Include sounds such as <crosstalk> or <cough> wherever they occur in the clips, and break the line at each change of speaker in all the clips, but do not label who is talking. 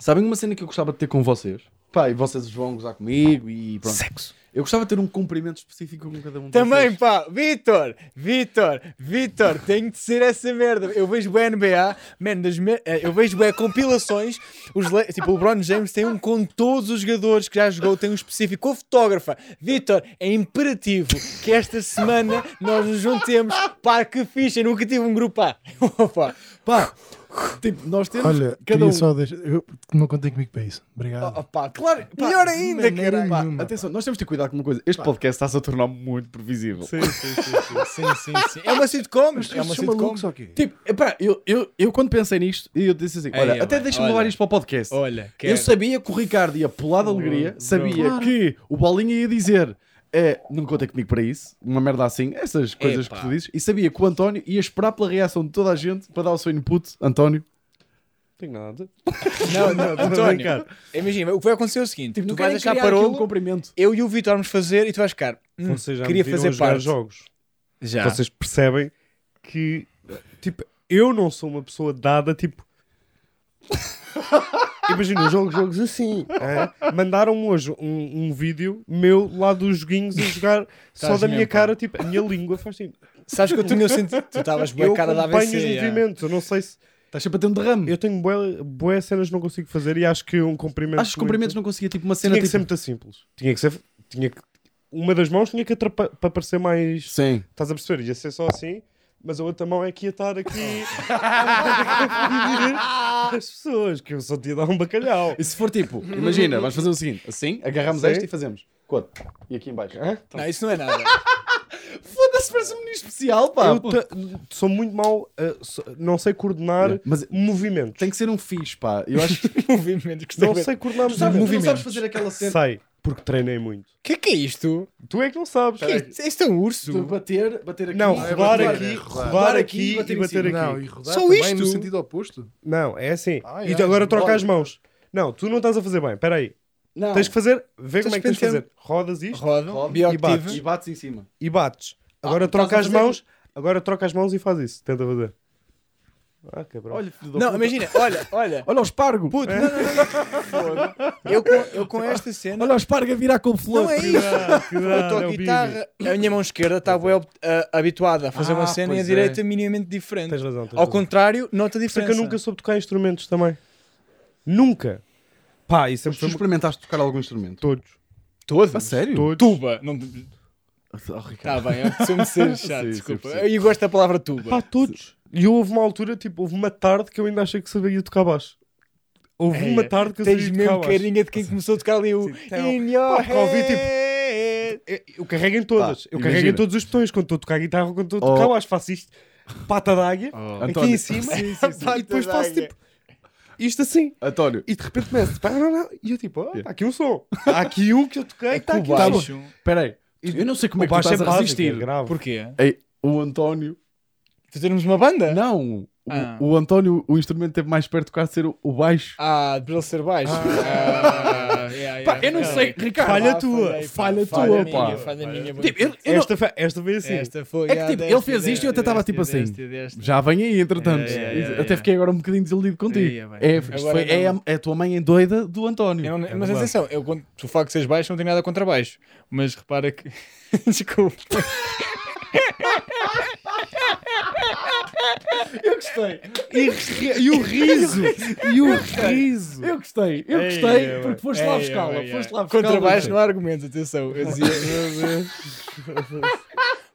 Sabem uma cena que eu gostava de ter com vocês? Pá, e vocês vão gozar comigo e pronto.
Sexo.
Eu gostava de ter um cumprimento específico com cada um de
Também,
vocês.
pá, Vitor, Vitor, Vitor, tem de ser essa merda. Eu vejo o NBA, man, das me- eh, eu vejo bué compilações. Os le- Tipo, o LeBron James tem um com todos os jogadores que já jogou, tem um específico com fotógrafa. Vitor, é imperativo que esta semana nós nos juntemos. Pá, que ficha, nunca tive um grupo A. <laughs> Opa,
Pá, tipo, nós temos
Olha,
cada
queria
um.
só deixar. Eu, não contei comigo para isso. Obrigado.
opa, claro,
Pá,
Ah, melhor
de
ainda,
maneira
caralho.
nenhuma.
Pá.
Atenção, nós temos de ter cuidado com uma coisa. Este podcast está-se a tornar muito previsível.
Sim, sim, <laughs> sim. sim, sim, sim.
É uma sitcom, é
É
uma sitcom.
malucos ou quê?
Tipo, epá, eu, eu, eu quando pensei nisto, eu disse assim:
Ei,
olha,
mãe,
até deixa-me
olha.
levar isto para o podcast.
Olha,
eu
quero.
sabia que o Ricardo ia pular de alegria, sabia que o Bolinha ia dizer. É, não conta comigo para isso, uma merda assim, essas coisas
Epá.
que tu dizes, e sabia que o António ia esperar pela reação de toda a gente para dar o seu input. António, tenho nada a dizer.
É,
Não, não, António,
brincar.
imagina, o que vai acontecer é o seguinte:
Tipo,
tu
não
vais
querem
achar
criar aqui
parolo,
um cumprimento.
eu e o Vitor vamos fazer e tu vais ficar. Hum,
Vocês já
queria
me viram
fazer
a jogar
parte.
jogos.
Já.
Vocês percebem que, tipo, eu não sou uma pessoa dada, tipo... Imagina, eu jogo jogos assim. é? Mandaram-me hoje um, um vídeo meu lá dos joguinhos a jogar só
Estás
da minha
mesmo, pá.
cara, tipo, a minha língua faz assim.
Sabes que eu tinha o sentido. Tu
<laughs>
estavas
Eu
bem cara da
acompanho os
AVC. já.
movimentos, eu não sei se...
Estás sempre a ter um derrame.
Eu tenho bué, bué cenas que não consigo fazer e acho que um cumprimento...
Acho que os cumprimentos não conseguia, tipo, uma
Tinha
cena
que
tipo...
ser muito simples. Tinha que ser... Tinha que- Uma das mãos tinha que atrapar para parecer mais...
Sim.
Estás a perceber? Ia ser só assim, mas a outra mão é que ia estar aqui as pessoas, que eu só te ia dar um bacalhau.
E se for <laughs> tipo, imagina, vamos fazer o seguinte: assim, agarramos
Sim.
esta e fazemos. Quanto? E aqui embaixo.
Não, isso não é
<laughs>
nada. <laughs>
Foda-se, parece um menino especial, pá.
Eu te- sou muito mal, uh, so- não sei coordenar
Mas
movimentos.
tem que ser um fixe, pá. Eu acho que. um
Movimento que
Não sei coordenar
Sabes, tu
movimentos.
não
Movimentos.
sabes fazer aquela cena.
Sei, porque treinei muito.
O que é que é isto?
Tu é que não sabes.
Que é isto? Isto é um urso.
De bater, bater aqui.
Não,
e
rodar
bater.
aqui,
é rodar.
rodar aqui e
em
bater
cima.
Não,
aqui.
e rodar
Só
também
isto?
no sentido oposto.
Não, é assim.
Ah,
E
é.
agora troca
Bora.
as mãos. Não, tu não estás a fazer bem. Espera aí.
Não.
Tens que fazer, vê como é que tens de
penteando.
fazer. Rodas isto.
Roda,
Roda,
e bates.
E
bioactivo.
bates em cima.
e bates. Agora
estás
troca
a
as
fazer-
mãos, agora troca as mãos e faz isso. Tenta fazer. Ah, cabrão.
Olha, filho da
Não,
puta.
imagina, olha, olha.
Olha o espargo.
Puto, não, não, não. Foda. Eu com, eu com esta cena.
Olha o espargo a virar com flor.
Não é isso. <laughs> Eu
é
toco guitarra, a minha mão esquerda está bem habituada a fazer uma
Ah,
cena e a
pois é.
direita minimamente diferente.
Tens razão. Tens
Ao
razão.
contrário, nota a
Só
diferença.
que eu nunca soube tocar instrumentos também. Nunca. Pá, isso sempre
Tu
foi uma...
experimentaste tocar algum instrumento?
Todos.
Todos?
A sério?
Todos.
Tuba. Não...
Oh, Ricardo.
Tá bem, apeteceu-me
<laughs>
ser chato,
Sim, sim,
desculpa.
sim.
eu gosto da palavra tuba.
Pá, todos. E eu houve uma altura, tipo, houve uma tarde que eu ainda achei que sabia tocar baixo. Houve
É,
uma tarde que eu
Tens
sabia tocar
mesmo
baixo.
carinha de quem começou a tocar ali o
Então,
In Your
pá, que ouvi, tipo,
Head.
Eu- É, Eu carrego em todas.
Pá,
eu
imagina.
carrego em todos os botões. Quando estou a tocar guitarra, quando estou a tocar
Oh.
baixo, faço isto. Pata d'águia. Aqui
António.
em cima.
Sim, sim, sim.
E depois faço,
d'águia.
tipo, isto assim.
António.
E de repente começa. pá, não, não. E eu tipo, oh,
Yeah.
tá aqui um som. Há aqui um que eu toquei.
É que
tá
o
aqui um som.
baixo...
Espera aí. Eu não sei como é
O
que tu
baixo
estás a
básico,
resistir.
é grave.
Porquê?
Ei, o António.
Fazermos uma banda?
Não! o-
Ah.
O, António, o instrumento teve mais perto de quase ser o, o baixo.
Ah, para ele ser baixo. <laughs> Ah, yeah,
Pá,
yeah,
eu não
yeah.
sei, Ricardo.
Falha
Ah,
tua,
falhei, pá.
falha tua,
minha,
pá.
Falha minha. bom.
Tipo, eu- eu não-
Esta, foi- esta foi assim.
Esta foi
É que,
a
tipo, ele
desta,
fez isto e eu até
desta,
estava, tipo,
desta,
assim.
desta, desta.
Já vem aí, entretanto.
É, é, é,
Até
é.
fiquei agora um bocadinho desiludido contigo.
É, vai.
É, isto
Agora
foi- é,
não.
a, é a tua mãe em doida do António.
Eu não-
É
mas
verdade.
atenção, eu quando tu falo que sejas baixo, não tenho nada contra baixo. Mas repara que. <laughs> Desculpa.
E, ri- e o riso. e o riso.
Eu gostei, eu
Ei,
gostei,
é,
porque foste lá
É,
buscá-la.
é, é.
Foste lá buscá-la.
Contra baixo não há argumentos, atenção. Eu dizia.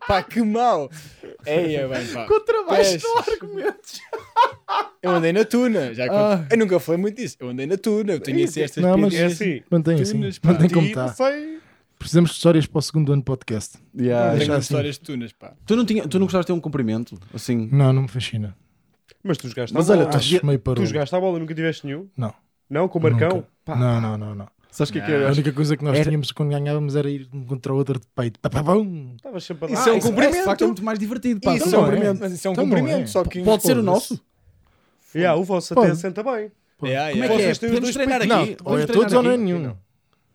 pá, que mal! Ei, é bem, pá.
Contra baixo não há
Peças.
argumentos.
Eu andei na tuna. Já
Ah.
cont- Eu nunca falei muito disso. Eu andei na tuna, eu tinha assim estas
Não, mas
É assim.
Mantém assim.
Tunas, pá.
Mantém como
E não
está.
sei.
Precisamos de histórias para o segundo ano de podcast.
Yeah.
Deixa
Tenho
assim.
histórias de tunas, pá.
Tu, não tinha, tu não gostavas de ter um cumprimento? Assim.
Não, não me fascina.
Mas tu jogaste
Mas
a
olha,
bola.
tu-
Acho meio
tu
parou.
jogaste a bola, nunca tiveste nenhum?
Não.
Não, com o Marcão?
Nunca.
Pá,
Não, não, não, não.
Sabes o que é que
A
era?
Ah.
única coisa que nós
Era-
tínhamos quando ganhávamos era ir um contra o outro de peito. Pá, pá, pum.
estavas sempre a dar.
Isso é um
Ah,
cumprimento.
É, de facto, é muito mais divertido. Pá.
isso é
então
um
não é.
cumprimento, mas isso é um
Então não
cumprimento,
é.
só que.
Pode ser o nosso?
yeah, o vosso
Pode.
até senta bem.
Yeah,
Como é
yeah.
que é?
Vocês têm os
Podemos
dois
treinar
Não,
aqui?
ou é
Podemos
todos
treinar
ou não é
aqui?
nenhum.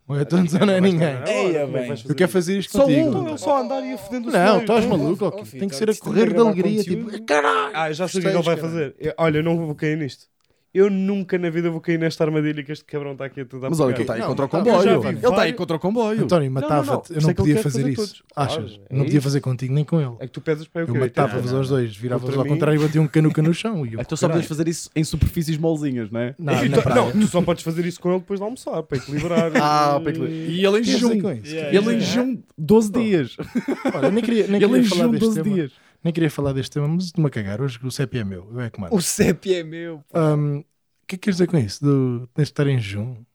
Ou é todos ou não é ninguém.
Ei, é
Como é que
bem.
vais fazer
Eu quero
isso?
fazer isto
Só
contigo.
um.
Não, eu só andar e a fodendo
Não,
o cenário.
estás
Então,
maluco.
ó, filho,
Tem que
tá-
ser a
se
correr de
gravar
alegria.
conteúdo-
Tipo, caralho.
Ah, eu já sei o que é que
Gostei,
ele vai
caralho.
fazer. Eu- olha, eu não vou cair nisto. Eu eu nunca na vida vou cair nesta armadilha que este cabrão está aqui a tudo a
Mas olha que ele está
pegar.
aí
Não,
contra o
eu já
comboio.
vi
Ele está aí
vários-
contra o comboio.
António,
não,
matava-te.
não.
Eu
Sei
não
que ele
podia
quer
fazer
fazer
isso.
todos.
Achas?
Claro, é
Não podia
isso.
fazer contigo nem com ele.
É que tu pesas para eu
Eu
quê?
matava-vos
não,
aos dois, virava-vos
Contra
ao
mim.
contrário e batia um canuca no chão.
<laughs>
E eu,
Então só
caralho.
podes fazer isso em superfícies molezinhas, não é?
Não,
E
na
tu-
praia.
então, não, tu só podes fazer isso com ele depois de almoçar, para equilibrar.
<laughs> Ah, para equilibrar. E ele em
Quer dizer É. com
junho.
isso?
Yeah,
Ele em
yeah.
junho 12 dias.
Olha, eu nem queria, nem
Ele
queria
em
falar
junho
deste
12
tema.
dias.
Nem queria falar deste tema, mas de me a cagar. Hoje o CEP é meu. Eu é que mando.
O CEP é meu.
Ahm, O que é que queres dizer com isso? Do, tens de estar em junho?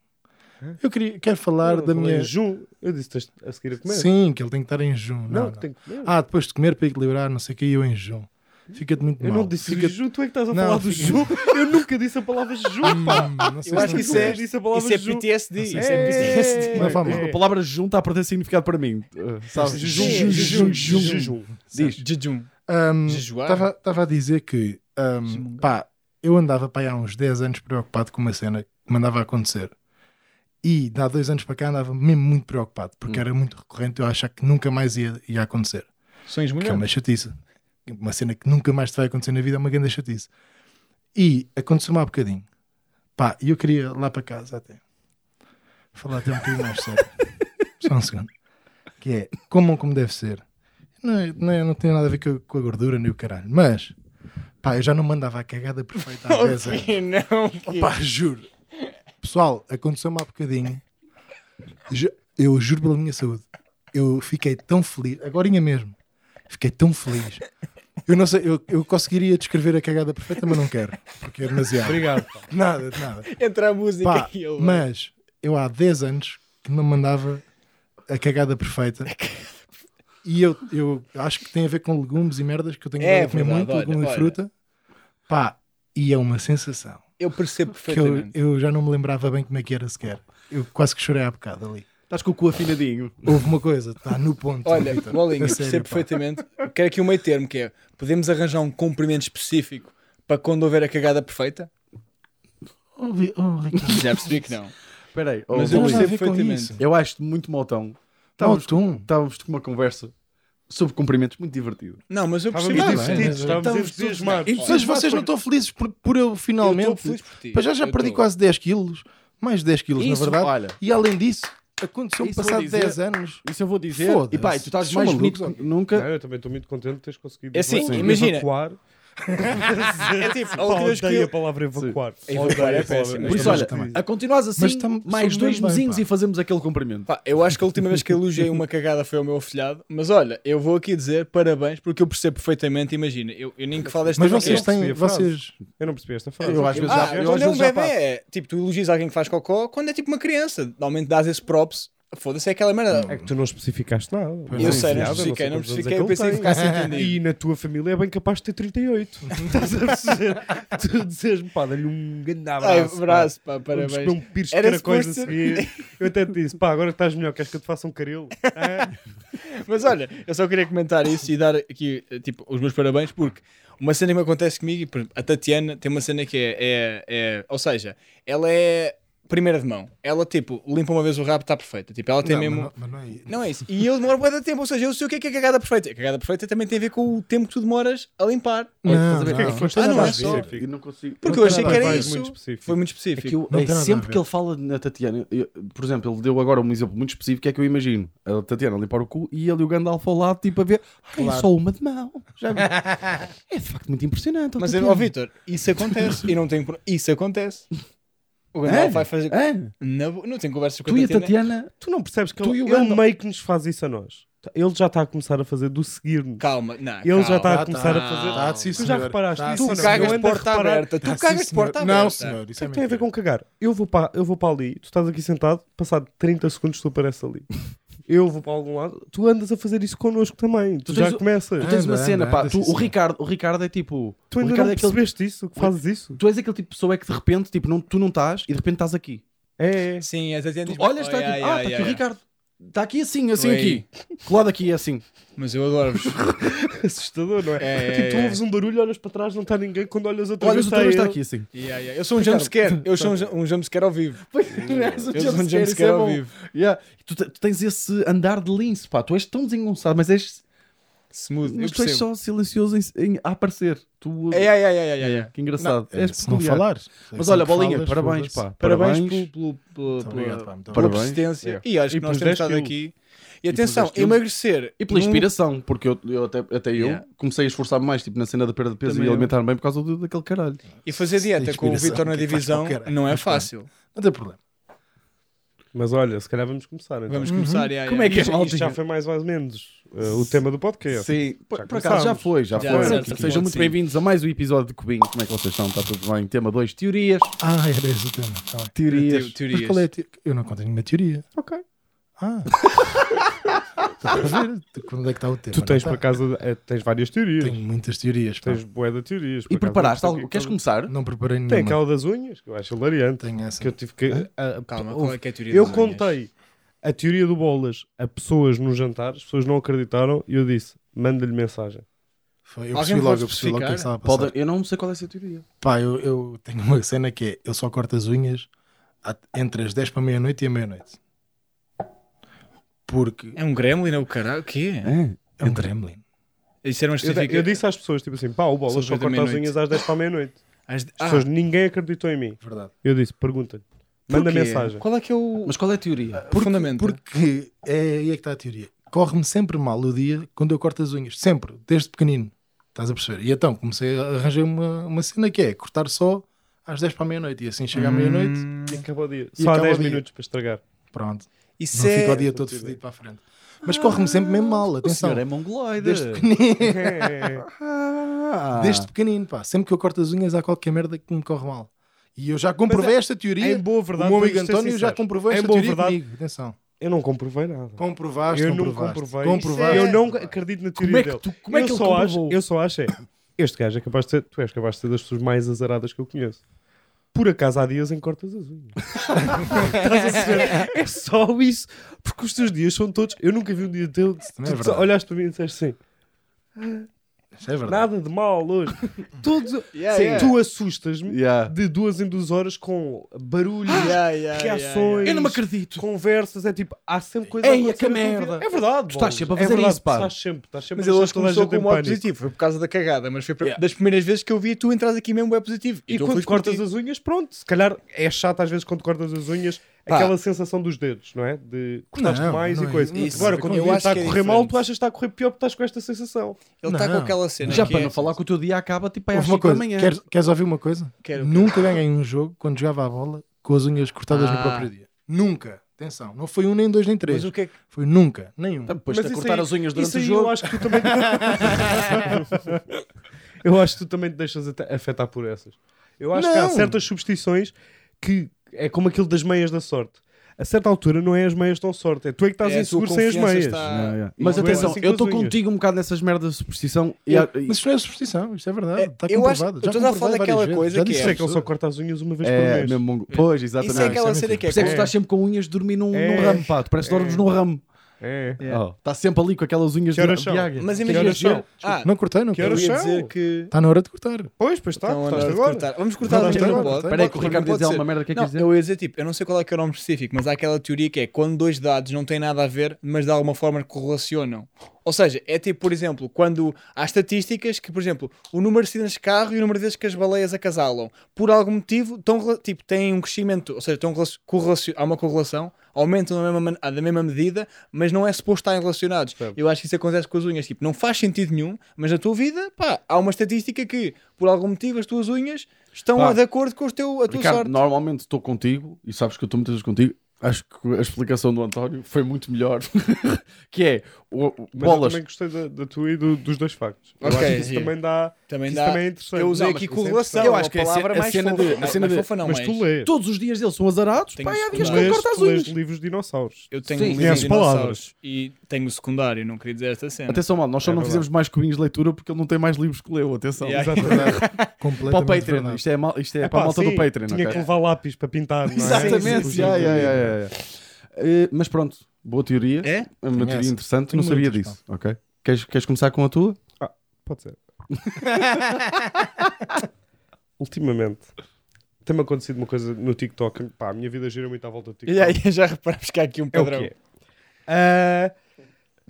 Eu queria, quero falar da minha.
Jun, eu disse tens a seguir a comer.
Sim, que ele tem que estar em junho.
Não,
Não,
que
não.
tem que comer.
Ah, depois de comer para equilibrar, não sei o que, eu em junho. Fica-te muito
eu
mal.
não disse
Fica-te-
jejum, tu é que estás a
Não,
falar do
fica-
jejum. Eu nunca disse a palavra jejum, pá.
<laughs> Hum, não sei
Eu
se
acho que
não
isso é-
queres.
disse a palavra
Isso é
jejum.
PTSD.
Não sei
Isso
se
é
é
PTSD.
Não, vamos.
A palavra junho está a perder significado para mim. Uh, Sabes?
Jejum,
Sim,
jejum,
jejum.
jejum.
Diz.
Jejum.
Ahm,
Jejuar.
Estava estava a dizer que, ahm,
Sim.
pá, eu andava para aí há uns 10 anos preocupado com uma cena que me andava a acontecer. E de há dois anos para cá andava mesmo muito preocupado,
Hum.
porque era muito recorrente eu achar que nunca mais ia, ia acontecer.
Sonhos
Que é uma chatice. Uma cena que nunca mais te vai acontecer na vida é uma grande chatice. E aconteceu-me há bocadinho. Pá, e eu queria lá para casa até falar até um bocadinho mais sério. Só um segundo. Que é, comam como deve ser. Não, é- não, é- não tem nada a ver com, com a gordura nem o caralho. Mas, pá, eu já não mandava a cagada perfeita há 10 anos.
<laughs> Não, que-
<laughs> Pá, juro. Pessoal, aconteceu-me há bocadinho. Ju- Eu juro pela minha saúde. Eu fiquei tão feliz, agorinha mesmo. Fiquei tão feliz. Eu não sei, eu, eu conseguiria descrever a cagada perfeita, mas não quero, porque é demasiado.
Obrigado, pá.
Nada, de nada.
Entra a música
Pá,
e ele.
mas eu há 10 anos que não mandava a cagada perfeita. E eu, eu acho que tem a ver com legumes e merdas que eu tenho
É
andado a comer
verdade,
muito,
olha,
legume
olha.
e fruta. Pá, e é uma sensação
Eu percebo
que eu,
perfeitamente.
eu já não me lembrava bem como é que era sequer. Eu quase que chorei há bocado ali.
Estás com o cu afinadinho.
Houve uma coisa, está no ponto.
Olha,
Vitor.
Bolinha,
A
eu
sério,
percebo
pá.
perfeitamente. Quero aqui um meio termo que é: podemos arranjar um comprimento específico para quando houver a cagada perfeita?
Oh, Vi- oh, Ricardo,
Já percebi que não.
Espera aí. oh,
Mas
não
eu
tem nada
percebo
a ver com
perfeitamente.
isso.
Eu acho-te muito motão.
Não,
Estávamos,
tu.
estávamos com uma conversa sobre cumprimentos muito divertido.
Não, mas eu percebi
Estávamos
que
Tá bem,
divertidos,
mas-
estávamos
estamos
entusiasmados.
todos-
Mas vocês não estão felizes por, por eu finalmente.
Eu estou feliz por ti.
Pá, já, já
Eu
perdi
estou.
quase 10 quilos. Mais de 10 quilos, na
Isso,
verdade.
olha.
E além disso, aconteceu-me
Isso vou
passado
dizer.
10 anos.
Isso eu vou dizer.
Foda-se.
E pá, e tu estás
Sou
mais
maluco,
bonito
olha.
que nunca.
Não, eu também estou muito contente de teres conseguido
É assim,
evacuar-
imagina.
evacuar.
<laughs> É tipo, a
Pá,
última vez que
odeio a
eu.
palavra evacuar.
Sim.
Odeio
Evacuar é
a palavra
péssimo.
Por
evacuar.
isso, olha,
também.
a continuares
Mas
assim,
tam-
mais
somos
dois
bem,
mesinhos
pá.
e fazemos aquele comprimento.
Pá, eu acho que a última vez que elogiei uma cagada foi ao meu afilhado, mas olha, eu vou aqui dizer parabéns porque eu percebo perfeitamente. Imagina, eu, eu nem que falo desta
Mas
maneira-
vocês
percebi
têm.
a frase.
Vocês.
Eu não percebi esta frase.
Eu às vezes
Ah,
já- eu às
quando é um
vezes já
bebê,
faço.
é, tipo, tu elogias alguém que faz cocó quando é tipo uma criança. Normalmente dás esse props, foda-se, é aquela merda.
É que tu não especificaste nada.
Eu
Não
sei, não
enfiada,
especifiquei, não
quantos anos
especifiquei,
é que
eu pensei
ele
que ficasse
tem.
entendido.
E na tua família é bem capaz de ter
<laughs>
38. Estás a perceber? tu dizes-me, pá, dá-lhe um grande
Ai,
abraço. pá.
abraço, pá,
Vamos
parabéns.
comer um pires
Era
de coisa a
suposto-
seguir.
<laughs>
Eu até te disse, pá, agora que estás melhor, queres que eu te faça um caril? Ah,
Mas olha, eu só queria comentar isso e dar aqui, eh, tipo, os meus parabéns, porque uma cena que me acontece comigo, e, por exemplo, a Tatiana tem uma cena que é, é, é- ou seja, ela é primeira de mão. Ela, tipo, limpa uma vez o rabo, está perfeita. Tipo, ela tem
Não,
mesmo...
mas não- mas não é isso.
Não é isso. E eu demoro bué de tempo, ou seja, eu sei o que é que é cagada perfeita. A cagada perfeita também tem a ver com o tempo que tu demoras a limpar.
Não,
Estás a ver?
não.
O que é que foste
Ah, não,
fazer?
é só-
Eu não consigo.
Porque
Não
eu achei que
tem nada
era
a ver.
isso.
Muito específico.
Foi muito
É
específico.
que eu-
Não
é
tem nada a
sempre
ver.
que ele fala na Tatiana, eu- por exemplo, ele deu agora um exemplo muito específico, é que eu imagino a Tatiana a limpar o cu e ele e o Gandalf ao lado, tipo a ver, "Ai, é só uma de mão. Já vi. é de facto muito impressionante. ó,
Mas,
Tatiana.
ó Vitor, isso acontece. e não tem... pro- Isso acontece. O Gandalf
É?
vai fazer...
É?
Na bo- Não tem conversas com
Tu e a Tatiana,
Tu não percebes que
Tu
ele,
e o
ele
Gandalf.
meio que nos faz isso a nós. Ele já está a começar a fazer do seguir-nos.
Calma, não.
Ele já está
calma.
a começar a fazer.
Tá, sim,
tu já
senhor.
reparaste
Tá,
nisso
sim,
ou não?
Tu
senhor.
cagas
Eu
de
ando a
porta
reparar.
aberta.
Ah,
Tu
sim,
cagas de
senhor.
porta aberta.
Não, senhor, isso
O
é
que tem a ver
mentira.
com cagar? Eu vou para, eu vou para ali, tu estás aqui sentado, passado 30 segundos tu apareces
<laughs>
ali. Eu vou para algum lado, tu andas a fazer isso connosco também. Tu,
Tu
já
tens o- Ah,
começas.
tu tens
Anda,
uma cena,
anda,
pá,
anda,
tu-
sim,
o,
senhor.
Ricardo, o Ricardo é tipo,
Tu
o
ainda
Ricardo
não
é aquele-
percebeste isso? Que fazes isso?
tu és aquele tipo de pessoa que de repente, tipo, não, tu não estás e de repente estás aqui.
É, é.
Sim, a Tatiana
Tu
diz
olhas,
"Oh,
está
yeah,
aqui,
yeah,
ah, está
yeah,
aqui o
yeah."
Ricardo. Está aqui assim, assim
Oi.
aqui. Colado aqui é assim.
é Mas eu adoro-vos.
assustador, não <laughs> é?
É,
tipo,
é,
tu
é.
ouves um barulho, olhas para trás, não está ninguém. Quando olhas outra
Olha, o
vez,
doutor está
ele.
aqui assim.
Yeah, yeah. Eu sou um jumpscare. Eu sou um ju- um jumpscare ao vivo.
Pois, és um
Eu sou um
jumpscare, isso é
jumpscare ao
bom.
vivo.
Yeah. Tu, te- tu tens esse andar de lince, pá. Tu és tão desengonçado, mas és Mas
Smooth, eu
tu és
percebo.
só silencioso em- em- a aparecer. Tu,
É, é, é, é, é, é.
Que engraçado.
É,
És
se não
peculiar.
falares.
Mas olha,
Sempre
bolinha,
falas,
parabéns,
foda-se.
pá.
Parabéns,
Parabéns.
pelo- pelo-
Muito
pela-
obrigado, pá. Muito
pela
Parabéns.
persistência.
É.
E acho
E
que
pelos
nós temos
10
estado
quilos.
aqui. E
pelos
atenção,
10 quilos.
emagrecer.
E pela
num-
inspiração, porque eu, eu até, até
Yeah.
eu comecei a esforçar-me mais tipo, na cena da perda de peso
Também
e
eu.
alimentar-me bem por causa do, daquele caralho.
E fazer dieta com o
Inspiração,
Vitor na
que faz
divisão
qualquer-
não é
mas pronto.
fácil.
Não tem problema.
Mas olha, se calhar vamos começar. Então.
Vamos começar. yeah,
Como
yeah.
é que é,
Isto- Isto
maltinha?
já foi mais ou menos uh, o tema do podcast.
Sim, por, por
começámos.
acaso já foi, já, foi.
Já,
Tipo,
certo, certo,
Sejam
certo,
muito
sim.
bem-vindos a mais um episódio de Cubinho. Como é que vocês estão? Está tudo bem? Tema 2, teorias.
Ah, era esse o tema. Tá bem.
Teorias.
Te-
Mas
Teorias.
qual é a te... Eu não conto nenhuma teoria.
Ok.
Ah. Está a ver? Tu- Quando é que está o tema?
Tu tens
Não
por
está?
acaso eh, tens várias teorias.
Tenho muitas teorias. pá.
Tens bué de teorias. por
E
acaso,
preparaste
não sei
algo?
o
Queres começar?
Não preparei nenhuma.
Tem aquela das unhas, que eu acho hilariante.
Tenho essa.
Que eu tive que. ah,
Calma,
houve-
qual é que é a teoria
Eu
das unhas?
contei a teoria do Bolas a pessoas no jantar, as pessoas não acreditaram e eu disse: manda-lhe mensagem.
Foi- Eu
Alguém
percebi logo,
pode
eu percebi logo o que é que estava a passar.
Pode, eu não sei qual é essa teoria.
Pá, eu, eu tenho uma cena que é: eu só corto as unhas a- entre as 10 para a meia-noite e a meia-noite. Porque
É um gremlin, é o caralho? O quê?
é um gremlin.
Isso era uma
Eu,
específica...
eu disse às pessoas: tipo assim, pá, o Bolas
São
só
oito da
corta as
meia-noite.
unhas às 10 para a meia-noite.
As-
As
Ah,
pessoas, ninguém acreditou em mim.
Verdade.
Eu disse: pergunta-lhe, manda
porquê?
mensagem.
Qual é que é o
Mas qual é a teoria?
fundamento?
Porque é aí é que está a teoria. Corre-me sempre mal o dia quando eu corto as unhas. Sempre, desde pequenino. Estás a perceber? E então comecei a arranjar uma, uma cena que é cortar só às 10 para a meia-noite. E assim
é
chega à meia-noite,
Hum,
E acabou o dia.
E
Só há
acaba o
10
dia.
minutos para estragar.
pronto.
Isso
Não
é...
fica o dia todo
Tudo bem.
fedido para a frente. Mas corre-me sempre
Ah,
mesmo mal,
O
atenção.
senhor é mongoloide.
Desde pequenino.
Ah.
Desde pequenino, pá. Sempre que eu corto as unhas há qualquer merda que me corre mal. E eu já comprovei esta teoria.
em é- boa verdade,
o meu amigo
vamos ser
António já
sinceros.
comprovou
Em
esta
É boa
teoria
verdade-
comigo. Atenção.
Eu não comprovei nada.
Comprovaste,
Eu não
comprovaste.
comprovei.
Comprovaste.
Eu não acredito na teoria
é que
dele.
tu- como é
eu
que ele
só acho,
comprovou?
Eu só acho é, este gajo é capaz de ser, tu és capaz de ser das pessoas mais azaradas que eu conheço. Por acaso há dias em cortas as unhas. Estás a perceber? É só isso. Porque os teus dias são todos. Eu nunca vi um dia teu. que
também é
tu
verdade.
olhaste para mim e disseste assim:
Isso é verdade.
nada de mal hoje. Todos,
Yeah,
Sim,
yeah. Ah!
Tu assustas-me
Yeah.
de duas em duas horas com barulhos,
Yeah, yeah, yeah,
reações.
Eu não me acredito.
Conversas, é tipo, há sempre coisa
Ei,
a acontecer
que
na tua
merda.
vida. É verdade.
Tu estás sempre a
Bolas.
fazer
é verdade,
isso, pá.
Estás sempre, estás sempre
Mas
a
ele
deixar
hoje
toda a
começou
gente
com
em
um modo
pânico.
positivo. Foi por causa da cagada, mas foi pra-
Yeah.
das primeiras vezes que eu vi tu entras aqui mesmo é positivo.
E
Então
quando
foi por
cortas
ti.
as unhas, pronto, se calhar é chato às vezes quando cortas as unhas,
Pá.
aquela sensação dos dedos, não é? De cortaste
Não,
mais
não
e
é
coisa.
isso.
Agora,
Eu
quando o
acho
dia está a
que é
correr mal, tu
diferente.
achas que está a correr pior porque estás com esta sensação.
Ele está com
Não.
aquela cena.
Já
que
para
é-
não falar que o teu dia acaba tipo aí às
Houve uma
5 da
coisa.
manhã.
Queres, queres ouvir uma coisa?
Quero,
Nunca ganhei um jogo quando jogava a bola com as unhas cortadas no
Ah.
próprio dia. Nunca. Atenção. Não foi um, nem dois, nem três.
Mas o que é que. Tá
Foi nunca. Nenhum.
Então, Depois de
isso
cortar
aí-
as unhas
isso
durante o
aí
jogo.
Eu acho que tu também.
<laughs>
eu acho que tu também te deixas até- afetar por essas. Eu acho que há
Não.
certas substituições que é como aquilo das meias da sorte. A certa altura não é as meias tão sorte, é tu é que estás
É, a tua
inseguro sem as
confiança
meias.
está-
Yeah, yeah.
Mas
Mas
eu-
atenção,
assim com
eu
as
estou
unhas.
contigo um bocado nessas merdas de superstição. E,
Eu-
e-
<laughs> Mas isto não é superstição, isto é verdade.
É,
Está
eu acho-
comprovado.
eu estou
Já
a falar
comprovei
daquela
várias vezes.
Já
coisa
Já
que
disse
disse
que
é
é que ele só corta as unhas uma vez por
é
mês.
mesmo mongo- Pois, exatamente.
Isso é aquela
isso é
cena que
Por
é.
isso é que tu
quando-
estás sempre com unhas de dormir num,
É.
num ramo, pá. Tu parece que dormes num ramo.
É.
Está sempre ali com aquelas unhas
Que
de,
horas
de
são?
águia.
Mas
Que
imagina.
horas são?
Ah,
Não cortei, não
Que
eu
horas
cortei.
ia
são?
dizer que.
Está na hora
<laughs>
de cortar.
Pois, pois está,
Então,
cortaste
andava de
agora.
cortar. Vamos cortar
Não,
as unhas,
não,
não
não,
pode.
não,
Espera aí que o
Pode-
Ricardo
pode
diz
ser.
alguma merda que é que
Não,
quer dizer.
eu ia dizer tipo, eu não sei qual é que é o nome específico, mas há aquela teoria que é quando dois dados não têm nada a ver, mas de alguma forma correlacionam. Ou seja, é tipo, por exemplo, quando há estatísticas que, por exemplo, o número de acidentes de carro e o número de vezes que as baleias acasalam, por algum motivo, tão, rela- tipo, têm um crescimento, ou seja, tão relacion- correlacio- há uma correlação, aumentam da mesma, man- ah, da mesma medida, mas não é suposto estarem relacionados.
Certo.
Eu acho que isso acontece com as unhas, tipo, não faz sentido nenhum, mas na tua vida, pá, há uma estatística que, por algum motivo, as tuas unhas estão
Pá.
de acordo com o teu, a tua
Ricardo,
sorte.
normalmente estou contigo e sabes que eu estou muitas vezes contigo. Acho que a explicação do António foi muito melhor. <laughs> que é o, o-
Mas eu
bolas.
também gostei da, da tua e do- dos dois factos. Eu
Ok,
acho que isso
giro.
também dá.
Também
isso
dá.
também é interessante.
Eu usei
Não,
aqui
mas isso é
correlação,
interessante.
Eu acho
uma
que a
palavra
cena- a
mais
cena
fofa.
de- a
Não,
cena
mais
de-
fofa não,
Mas
mas...
tu lês.
Todos os dias deles são azarados.
Tenho
Pá, e há
que
dias que ele
lês,
corta as
tu lês
unhas.
livros de dinossauros.
Eu tenho
Sim.
um livro
Conheces
de
palavras.
dinossauros e tenho o secundário, não queria dizer esta cena.
Atenção, mal, nós só
É
não
verdade.
fizemos mais cubinhos de leitura porque ele não tem mais livros que leu. Atenção.
Yeah.
Para o
Completamente
Patreon.
verdade.
Isto é, mal, isto é,
Epá,
para a malta
sim,
do Patreon.
Tinha
ok?
que levar lápis para pintar. não é?
Exatamente.
Sim, sim,
yeah,
sim.
yeah, yeah, yeah. Eh, mas pronto, boa teoria.
<laughs> É?
É uma
Tenho
teoria
essa.
interessante.
Tenho
não sabia
muitas,
disso. Ok. Queres, queres começar com a tua?
Pode ser. <laughs> Ultimamente tem-me acontecido uma coisa no TikTok. Pá, a minha vida gira muito à volta do TikTok.
E aí já reparamos que há aqui um
É o
padrão.
que é. Ah,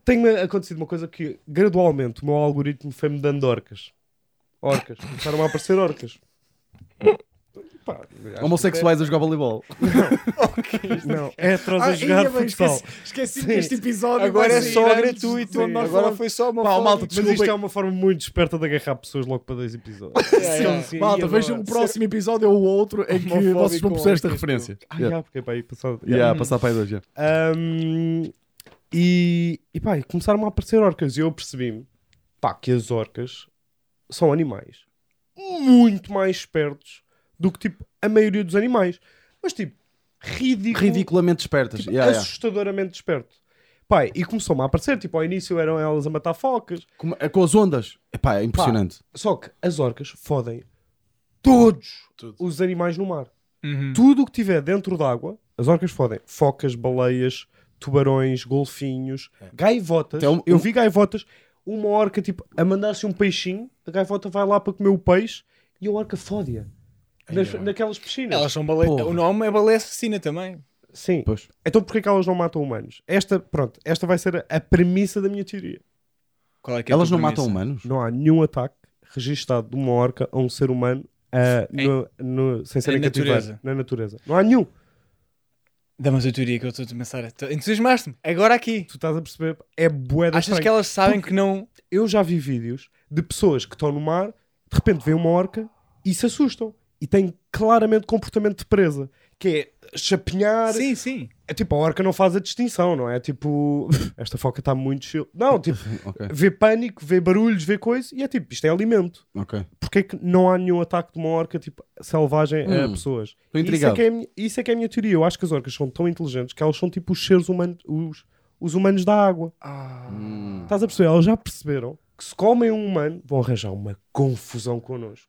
Tem acontecido uma coisa que gradualmente o meu algoritmo foi-me dando orcas. Orcas. Começaram a aparecer orcas. Pá, acho
Homossexuais a jogar voleibol.
que- Não, Ah, heteros a jogar futsal.
Esqueci
tipo
deste episódio.
Agora é só gratuito.
Sim,
Agora
agora-
foi só uma
Pá,
forma-
malta,
Mas isto é uma forma muito esperta de agarrar pessoas logo para dois
<laughs>
episódios. Então, assim,
Yeah, yeah.
Malta, vejam o próximo episódio ou o outro em que
Homofóbico
vocês vão perceber esta
ou
referência.
Ah,
Yeah.
já, porque é para aí passado.
Yeah, passar para aí dois, yeah.
Um, e, e pá, e começaram a aparecer orcas. E eu percebi-me pá, que as orcas são animais muito mais espertos do que tipo a maioria dos animais. Mas tipo, ridículo,
Ridiculamente espertas.
tipo,
yeah, yeah.
assustadoramente esperto. Pai, e começou-me a aparecer, tipo, ao início eram elas a matar focas,
Como- Com, as ondas. Epá, é impressionante.
só que as orcas fodem todos
Tudo.
os animais no mar.
Uhum.
Tudo o que tiver dentro d'água, as orcas fodem. Focas, baleias, tubarões, golfinhos, gaivotas.
Então,
Eu
um-
vi gaivotas, uma orca, tipo, a mandar-se um peixinho, a gaivota vai lá para comer o peixe e a orca fode-a. Nas- naquelas piscinas.
Elas são baleia.
Porra.
O nome é baleia assassina também.
Sim.
Pois.
Então porquê que elas não matam humanos? Esta, pronto, esta vai ser a, a premissa da minha teoria.
Qual é que é a
Elas
tua
não matam
premissa?
humanos?
Não há nenhum ataque registado de uma orca a um ser humano ah, no- no- sem ser
em
em
natureza.
cativeiro. Na natureza. Não há nenhum.
Dá mais a teoria que eu estou a pensar. Tô- Entusiasmaste-me. Agora aqui.
Tu estás a perceber? É bué da
Achas
estranho.
que elas sabem que não.
eu já vi vídeos de pessoas que estão no mar, de repente vêem uma orca e se assustam. E têm claramente comportamento de presa, que é chapinhar.
Sim, sim.
É tipo, a orca não faz a distinção, não é? Tipo, <laughs> esta foca está muito chill. Não,
<laughs>
tipo,
Ok,
vê pânico, vê barulhos, vê coisa e é tipo, isto é alimento.
ok.
Porquê que não há nenhum ataque de uma orca tipo, selvagem a
Hum,
pessoas?
estou
Isso é,
intrigado.
que é a minha, isso é que é a minha teoria. Eu acho que as orcas são tão inteligentes que elas são tipo os seres humanos, os, os humanos da água.
Hum.
Estás a perceber? Elas já perceberam que se comem um humano vão arranjar uma confusão connosco.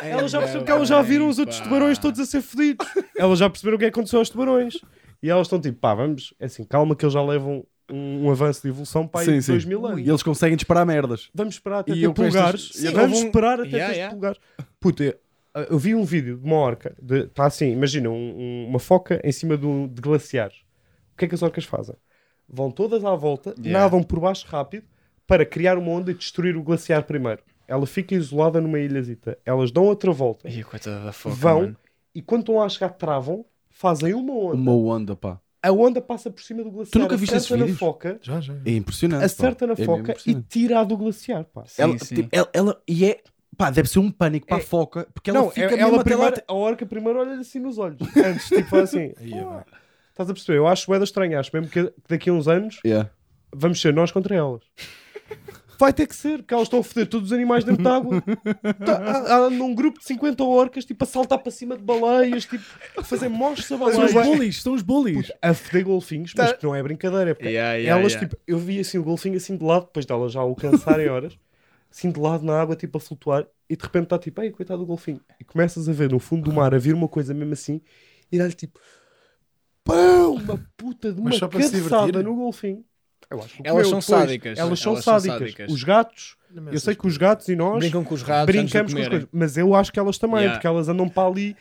É
Elas já perceberam que elas já viram os outros tubarões todos a ser fedidos. Elas já perceberam o que é que aconteceu aos tubarões. E elas estão tipo, pá, vamos, é assim, calma que eles já levam um, um avanço de evolução para aí
Sim,
de
sim.
2 mil anos.
E eles conseguem disparar merdas.
Vamos esperar até
E
ter
eu com estas-
pulgares.
Sim,
vamos
houve um-
esperar até
Yeah,
ter
yeah.
pulgares. Puta, eu, eu vi um vídeo de uma orca, está assim, imagina, um- um- uma foca em cima de, um, de glaciares. O que é que as orcas fazem? Vão todas à volta,
Yeah.
nadam por baixo rápido para criar uma onda e destruir o glaciar primeiro. Ela fica isolada numa ilhazita. Elas dão outra volta,
Ih, coitada da foca.
vão
mano.
e quando estão lá a chegar, travam, fazem uma onda.
Uma onda, pá.
A onda passa por cima do glaciar.
nunca viste
acerta
esses
na
vídeos?
foca,
Já, já.
É impressionante. pá.
acerta na
É mesmo
foca e
impressionante.
tira-a do glaciar. Pá.
Sim,
ela,
sim.
tipo, ela, ela- e é pá, deve ser um pânico para
É.
a foca, porque ela
Não,
fica
É, ela
mesmo até lá-
primeiro, a orca primeiro olha-lhe assim nos olhos. Antes, tipo faz assim. "Ah." Estás a perceber? Eu acho é estranho. Acho mesmo que que daqui a uns anos
Yeah.
vamos ser nós contra elas. Vai ter que ser, porque elas estão a foder todos os animais dentro de água. Tá, há- há num grupo de 50 orcas, tipo, a saltar para cima de baleias, tipo, a fazer mostros a
São os
baleias.
bullies, são os bullies.
A foder golfinhos,
Tá.
mas que não é brincadeira. É porque
Yeah, yeah,
elas,
yeah.
tipo, eu vi assim o golfinho assim de lado, depois delas já
<laughs>
alcançarem horas, assim de lado na água, tipo a flutuar, e de repente está tipo, ei, coitado do golfinho. E começas a ver no fundo do mar a vir uma coisa mesmo assim, e dá-lhe tipo, pão, uma puta de uma
Mas só para se
cabeçada
divertir?
no golfinho. Eu acho que
Elas são
comeu depois.
sádicas.
Elas são
Elas são
sádicas.
sádicas.
Os gatos, eu sei que os gatos e nós
Brincam com os ratos. antes de
brincamos com as
comerem.
coisas, mas eu acho que elas também,
Yeah.
porque elas andam para ali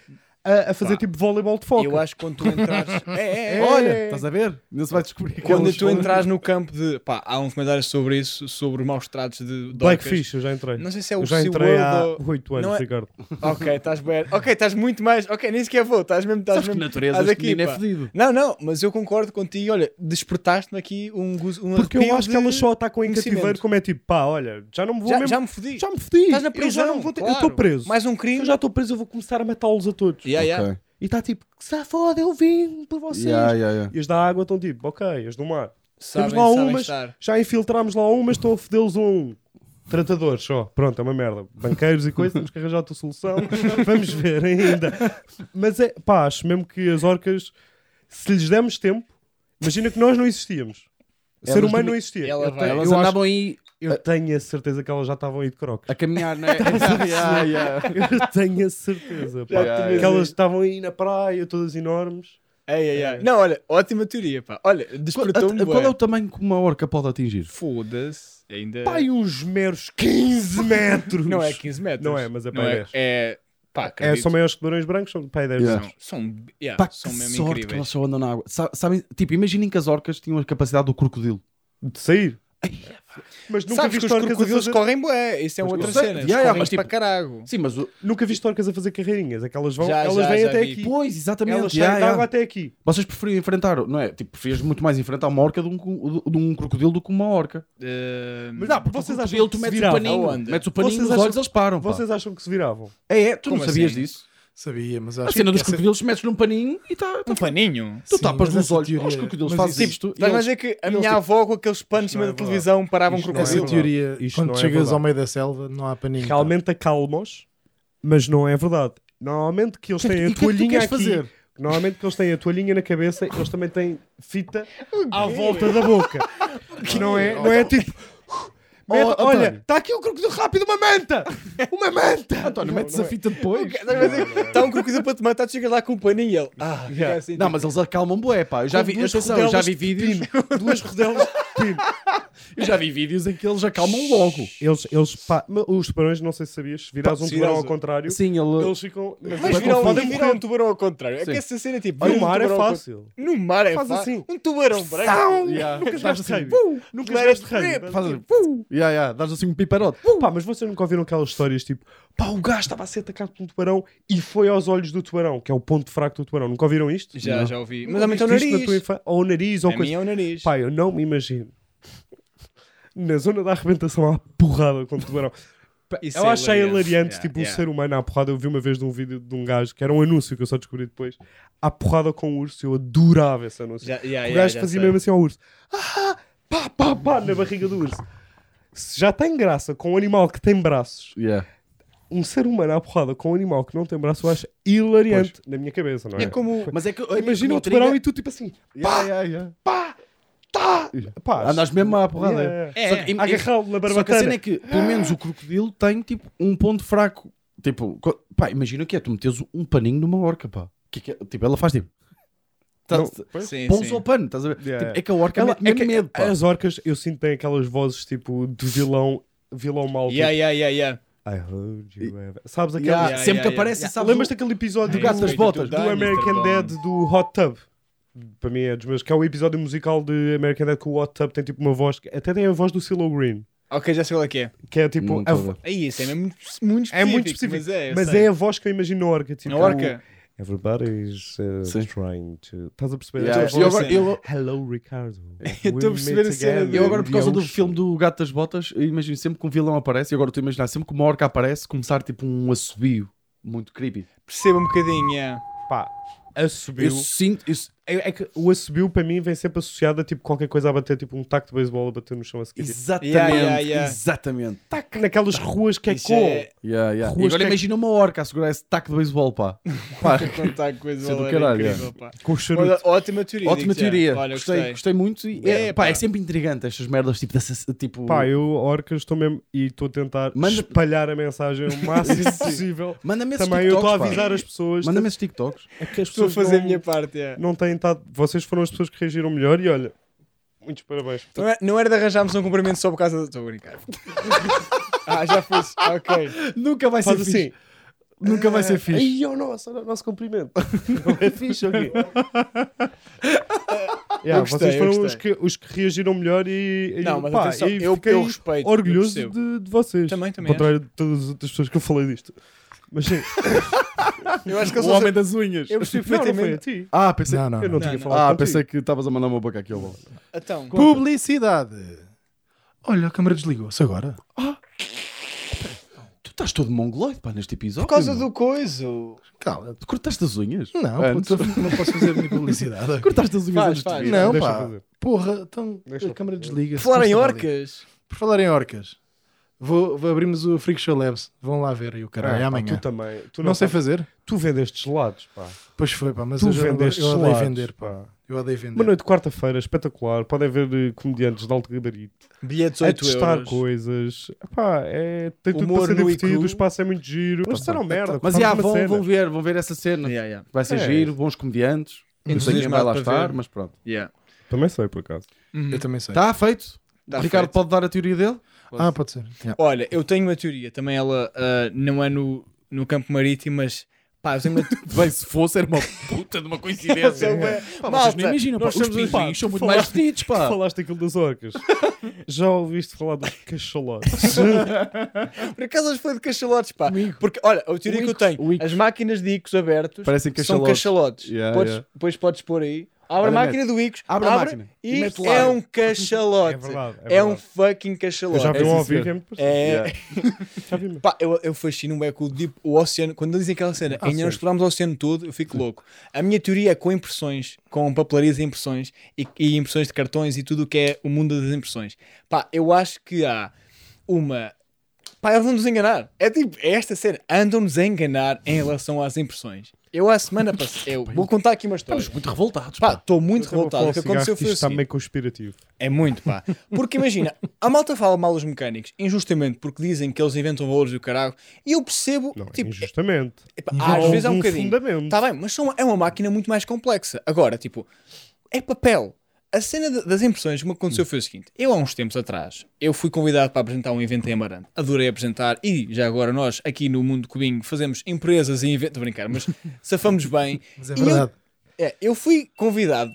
a, a fazer
Pá.
tipo voleibol de foco.
Eu acho que quando tu entrares.
<laughs>
É, é, é.
Olha, estás a ver? Ainda se vai descobrir que
Quando
eles-
tu entras no campo de. Pá, há um comentário sobre isso, sobre maus tratos de. de orcas.
Blackfish, eu já entrei.
Não sei se é
eu
o
já entrei há
SeaWorld ou-
<laughs> 8 anos,
Não é-
Ricardo.
Ok, estás bem. Ok, estás muito mais. Ok, nem sequer vou. Estás mesmo. Estás
Sabes que
mesmo.
natureza
estás
este menino
pá.
é fedido.
Não, não, mas eu concordo contigo. Olha, despertaste-me aqui um gozo. Um
Porque eu
arrepio
acho que
de-
elas só atacam em
conhecimento.
cativeiro como é tipo, pá, olha, já não me vou
Já,
mesmo...
já me fodi.
já me fodi.
Estás na
eu
prisão.
já não vou ter... Eu
claro.
estou preso.
Mais um
Eu
crime.
já estou preso, eu vou começar a matá-los a todos.
Yeah, yeah.
Ok.
E está tipo, que se foda, eu vim por vocês.
Yeah, yeah, yeah.
E as da água estão tipo, ok, as do mar.
Sabem,
Temos lá
sabem
umas,
estar.
já infiltrámos lá umas, estão a fodê-los a um. Tratadores só, pronto, é uma merda. Banqueiros e coisa, temos que arranjar outra solução.
<laughs>
Vamos ver ainda. Mas é, pá, acho mesmo que as orcas, se lhes demos tempo, imagina que nós não existíamos. O ser
Elas
humano
não-
não existia.
Ela
eu,
vai-
tenho-
Elas
eu acho-
andavam aí
eu tenho a certeza que elas já estavam aí de crocos.
a caminhar, <laughs> não é? Yeah, yeah.
<laughs> Eu tenho a certeza, pá,
Já tinhas
que elas estavam aí na praia, todas enormes.
Ei, ei,
É.
ei. Não, olha, ótima teoria, pá. Olha,
Qual,
despertou-me.
a- qual é
bué.
o tamanho que uma orca pode atingir?
Foda-se. Ainda.
Pá, e uns meros
<laughs>
15 metros.
Não é 15 metros.
Não é, mas é
Não
para
é,
10.
é. Pá,
É,
acredito.
são maiores que barões brancos, são pá, 10
Yeah.
São, são, yeah,
Pá, que
são mesmo
sorte que
incríveis.
elas só andam na água. Sa- Sabem, tipo, imaginem que as orcas tinham a capacidade do crocodilo.
de sair.
é,
Mas nunca
Sabes que
viste
os
orcas a
crocodilos
fazer...
correm bué, isso é outra
sei,
cena.
já,
Eles
já,
correm
mas tipo-
para carago.
Sim, mas o-
Nunca viste orcas a fazer carreirinhas. É que elas vão,
Já,
elas
já,
vêm
já
até
vi.
aqui.
Pois, exatamente.
Elas
yeah,
saem da
yeah.
água até aqui.
Vocês preferiam enfrentar, não é? Tipo, preferias muito mais enfrentar uma orca de um, co- de um crocodilo do que uma orca.
Eh,
Mas ah,
Não,
vocês
o é
acham
crocodilo
que
tu
se
metes o
virava
aonde?
paninho, metes o paninho
Vocês
nos
acham-
olhos, eles param. pá.
Vocês acham que se viravam?
É, é, tu
Como
não sabias
assim?
disso?
Sabia, mas
A
acho
cena
que
dos
essa-
crocodilos metes num paninho e tá, tá
um paninho.
Tu
Sim,
tapas
mas
nos
essa
olhos,
teoria-
os crocodilos
mas
fazem
existe-
isto. e
Estás a
eles-
dizer que a
eles
minha
tipo-
avó com aqueles panos em
não
cima
é
da
verdade.
televisão parava um
Isto não é
crocodilo.
Essa teoria,
Isto
quando
não é
chegas
verdade.
ao meio da selva, não há paninho.
Então.
pá.
Realmente acalmos, mas não é verdade. Normalmente que eles
E
têm a
o que é que tu
toalhinha
queres
aqui.
fazer?
Normalmente que eles têm a toalhinha na cabeça, eles também têm fita
Oh,
à volta da
<laughs>
boca. não é, não é tipo. Mete-
Oh, António.
olha, está aqui o crocodilo rápido, uma manta! Uma manta!
António,
Não,
metes
não
a
é.
fita depois.
Está um crocodilo para te matar, tu chegas lá com um paninho e ele. Ah, fica
Yeah.
assim,
Não,
tipo,
mas eles acalmam bué, pá. Eu já
Com
vi,
duas
atenção, eu já
rodelas
vi
de
vídeos,
Pino, duas rodelas de pino.
eu já vi vídeos em que eles acalmam logo.
Eles, eles, pá, mas os tubarões, não sei se sabias, se virares
Pá,
um
se
tubarão
virares
ao
um-
contrário,
Sim, ele...
eles ficam.
Mas
Mas
virar um,
podem
virar
morrer.
um tubarão ao contrário. É que
Sim.
essa cena tipo.
No
vira um
mar é
tubarão ao
fácil.
contrário. No mar é
Faz
fácil.
assim.
Um tubarão branco.
Yeah.
Nunca
Faz
jogaste
assim,
rugby. Nunca
Claro,
jogaste rugby.
Faz assim, yeah, yeah, dás assim um piparote.
Uh! Pá, mas vocês nunca ouviram aquelas histórias tipo pá, o gajo estava a ser atacado por um tubarão e foi aos olhos do tubarão, que é o ponto fraco do tubarão. Nunca ouviram isto?
Já, já ouvi. Mas
Nunca
aumenta o
ouviste isto na tua
nariz.
infância? Ou o é nariz, ou
A
coisa.
minha é o nariz.
Pá, eu não me imagino. Na zona da arrebentação há porrada com o tubarão. Pá,
Isso
eu
é
achei
hilariante.
hilariante,
Yeah,
tipo,
yeah.
o ser humano à porrada. Eu vi uma vez de um vídeo de um gajo, que era um anúncio que eu só descobri depois, à porrada com o urso. Eu adorava esse anúncio.
Já- yeah,
o
yeah,
gajo
já
fazia
sei.
mesmo assim ao urso. Ah, pá, pá, pá, na barriga do urso. Se já tem graça com um animal que tem braços,
Yeah.
um ser humano à porrada com um animal que não tem braço, eu acho hilariante na minha cabeça, não é?
É como.
Mas é que...
Imagina o tubarão e tu tipo assim,
Yeah, Ah, yeah, yeah.
tá! Pá,
Andas mesmo à
yeah,
porrada.
yeah.
É,
Só que-
Há agarrá-lo na
Só que a cena é
barbatana.
que, pelo menos o crocodilo tem, tipo, um ponto fraco. Tipo, co- pá, imagina o que é, tu metes um paninho numa orca, pá. Que que é- Tipo, ela faz tipo... Tá,
Não,
Sim,
Pons
sim.
ao pano, estás a ver?
Yeah,
Tipo,
yeah.
É que a orca
Ela-
mete mesmo
é que
medo, pá.
As orcas, eu sinto, têm aquelas vozes tipo de vilão, vilão mau.
Yeah, yeah, yeah, yeah.
tipo, I heard you. have-" Sabes aquele.
Yeah,
Yeah,
sempre
yeah,
que aparece,
yeah.
sabes
Lembras
o-
daquele episódio
do gato
do-
nas botas,
do
Mr.
American
Bond.
Dead do Hot Tub? Para mim é dos meus. Que é o episódio musical de American Dead que o Hot Tub tem tipo uma voz. que- Até tem a voz do CeeLo Green.
Ok, já sei qual é que é.
Que é tipo.
Nunca
a-
ouvi.
É isso, é mesmo muito específico.
é muito específico.
Mas é, eu
mas
sei.
é a voz que eu imagino na orca. Tipo,
Na orca.
Everybody's uh,
Sim.
trying to. Estás a perceber?
Yeah,
Aquela
eu
voz
agora-
assim,
eu-
Hello, Ricardo.
<laughs> Eu estou a perceber a cena
Eu agora,
do
por causa do filme do Gato das Botas, eu imagino sempre que um vilão aparece, e agora estou a imaginar sempre que uma orca aparece, começar tipo um assobio muito creepy.
Perceba um bocadinho, yeah.
Pá, assobiu.
Eu sinto. isso
É, é que o assobiu para mim vem sempre associado a tipo qualquer coisa a bater, tipo um taco de beisebol a bater no chão a seguir. Tipo,
Exatamente,
Yeah, yeah, yeah.
exatamente.
tac, naquelas ruas que é
tá Isso
com.
<laughs> é-
Yeah, yeah. E
Ruas
agora
que é-
imagina uma orca a segurar esse taco de beisebol, pá. Pá,
Contar coisa
Isso é do
era
caralho,
incrível, pá.
Com o charuto.
Olha, ótima teoria.
Ótima
digo-te já.
teoria.
Olha,
gostei,
gostei.
gostei, muito. E, é,
É,
pá,
pá.
é sempre intrigante estas merdas tipo. Dessa, tipo
Pá, eu, orcas, estou mesmo. E estou a tentar
Manda-
espalhar a mensagem
<laughs>
o máximo possível.
Manda-me esses
Também eu estou a
TikToks. pá.
avisar as pessoas.
Manda-me esses TikToks.
É que as
Estou a fazer
não,
a minha parte, é.
não têm estado. Vocês foram as pessoas que reagiram melhor e olha. Muitos parabéns.
Não era, não era de arranjarmos um cumprimento só por causa do. Estou a brincar. <laughs> ah, já fiz. Ok.
<laughs> Nunca vai
Faz
ser
assim.
fixe. Nunca <laughs> vai ser fixe.
Ai, oh, nossa, olha o
<laughs>
nosso cumprimento. Não é fixe ou quê? Yeah,
Eu gostei,
vocês
eu
foram
gostei.
os que, os que reagiram melhor e, e,
Não, mas
pá,
atenção,
e
eu-
fiquei
eu respeito,
orgulhoso
eu
de, de vocês.
Também, também
Ao contrário de todas as outras pessoas que eu falei disto. Mas sim,
Eu acho que
O
eles
homem das unhas.
Eu percebi
<laughs> não, não foi a
perfeitamente.
ti.
Ah, pensei.
Não, não.
Eu não
não.
tinha
não.
falado
Ah, pensei que estavas a mandar uma boca aqui ao bola.
Então,
Publicidade. Olha, a câmara desligou-se agora.
Tu estás todo mongoloide, pá, neste episódio.
por causa
meu.
do coiso.
<laughs>
Cala.
Tu cortaste as unhas?
Não,
Antes.
puto, não posso fazer a minha publicidade.
<laughs>
agora.
Cortaste as unhas
Faz,
antes de
faz.
vir.
Não,
Deixa
pá.
fazer.
Porra, então
Deixa
a câmara
fazer.
desliga-se.
Falar em
Custa-me ali.
orcas.
Por falar em orcas, vou, vou abrirmos o Freak Show Labs. Vão lá ver aí o
Ah,
caralho É
pá,
amanhã.
Tu também. Tu
não sei
sabes-
fazer?
Tu vendeste gelados, pá.
Pois foi, pá, mas
Tu
eu, já-
vendeste
eu odeio
gelados,
vender, pá. Eu odeio vender.
Uma noite de quarta-feira, espetacular. Podem ver eh, comediantes de alto gabarito.
Bilhetes
a
8
testar
euros.
coisas. Epá, é, tem tudo
Humor
para ser
nu e
divertido,
cru.
o espaço é muito giro. Mas disseram merda.
Mas
fazem
já,
uma
vão,
cena.
vão ver, vão ver essa cena.
Yeah, yeah,
Vai ser
É.
giro, bons comediantes. Não sei quem vai
Entusiasmado
lá
para
estar,
ver.
mas pronto.
yeah.
Também sei, por acaso.
Eu também sei.
Está feito.
Tá
Ricardo
feito.
pode dar a teoria dele?
Ah, pode ser. Yeah.
Olha, eu tenho uma teoria. Também ela ah, não é no, no campo marítimo, mas pá, Pá,
<laughs>
eu sempre...
Bem, se fosse, era uma puta de uma
<laughs>
coincidência. Pá, vocês não imaginam, pá,
nós
os
somos os-
pinguins são muito
falaste-
mais bonitos, pá.
Falaste aquilo das orcas. Já ouviste falar dos cachalotes?
Por acaso hoje foi de cachalotes, pá. Porque, olha, a teoria que eu
Wicos,
tenho,
wicos.
as máquinas de Icos abertos
Parecem
são
cachalotes.
cachalotes.
Yeah,
Podes-
yeah.
Depois podes pôr aí. Abre
Olha,
a máquina
mete.
do Icos.
Abre a máquina e
E
mete lá. <laughs>
é um cachalote.
É verdade, é
É um
verdade.
fucking
Eu
cachalote.
já vi um
sim,
ao vivo,
senhor.
é muito parecido.
É,
Yeah.
Já vi mesmo.
Pá, eu, eu fascino-me é com o, deep- o oceano. Quando eles dizem aquela cena, ainda não explorámos o oceano todo, eu fico louco. A minha teoria é com impressões, com papelarias e impressões e, e impressões de cartões e tudo o que é o mundo das impressões. Pá, eu acho que há uma. Pá, eles vão nos enganar. É tipo, é esta cena. Andam-nos a enganar em relação às impressões. Eu, a semana passada, eu vou contar aqui uma história.
Estamos muito revoltados,
Pá,
pá.
estou muito
Eu vou
revoltado.
falar
O que
ao cigarro,
aconteceu foi
isto
o
está
seguinte.
meio conspirativo.
É muito, pá. Porque imagina, a malta fala mal dos mecânicos, injustamente, porque dizem que eles inventam valores do caralho, e eu percebo,
Não, é
tipo,
injustamente.
epá,
Não
às
há
vezes é um
algum
bocadinho.
fundamento.
Tá bem, mas são- é uma máquina muito mais complexa. Agora, tipo, é papel. A cena da- das impressões que me aconteceu foi o seguinte: eu há uns tempos atrás, eu fui convidado para apresentar um evento em Amarante. Adorei apresentar e já agora nós, aqui no Mundo Cubinho, fazemos empresas e eventos. brincar, mas safamos bem.
Mas é
E eu-
verdade.
é, eu fui convidado,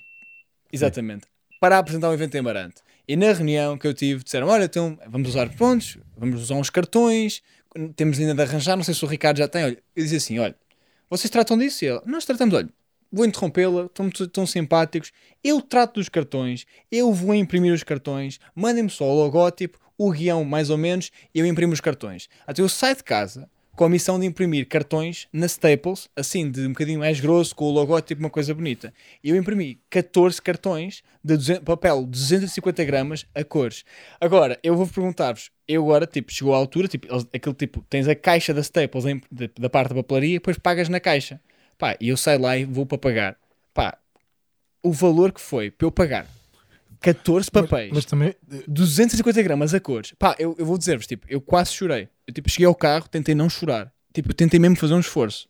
exatamente, para apresentar um evento em Amarante. E na reunião que eu tive, disseram: Olha, então vamos usar pontos, vamos usar uns cartões, temos ainda de arranjar. Não sei se o Ricardo já tem. Olha, eu disse assim: Olha, vocês tratam disso? E ela: Nós tratamos, olha, vou interrompê-la, estão muito- tão simpáticos. Eu trato dos cartões, eu vou imprimir os cartões, mandem-me só o logótipo, o guião mais ou menos, e eu imprimo os cartões. Até eu saio de casa com a missão de imprimir cartões na Staples, assim, de um bocadinho mais grosso, com o logótipo, uma coisa bonita. E eu imprimi 14 cartões de 200 papel 250 gramas a cores. Agora, eu vou perguntar-vos, eu agora, tipo, chegou à altura, tipo, eles- aquele tipo, tens a caixa da Staples em- da- da parte da papelaria, depois pagas na caixa. Pá, e eu saio lá e vou para pagar. Pá, o valor que foi para eu pagar 14 papéis.
Mas também, eh,
250 gramas a cores. Pá, eu, eu vou dizer-vos, tipo, eu quase chorei. Eu, tipo, cheguei ao carro, tentei não chorar. Tipo, eu tentei mesmo fazer um esforço.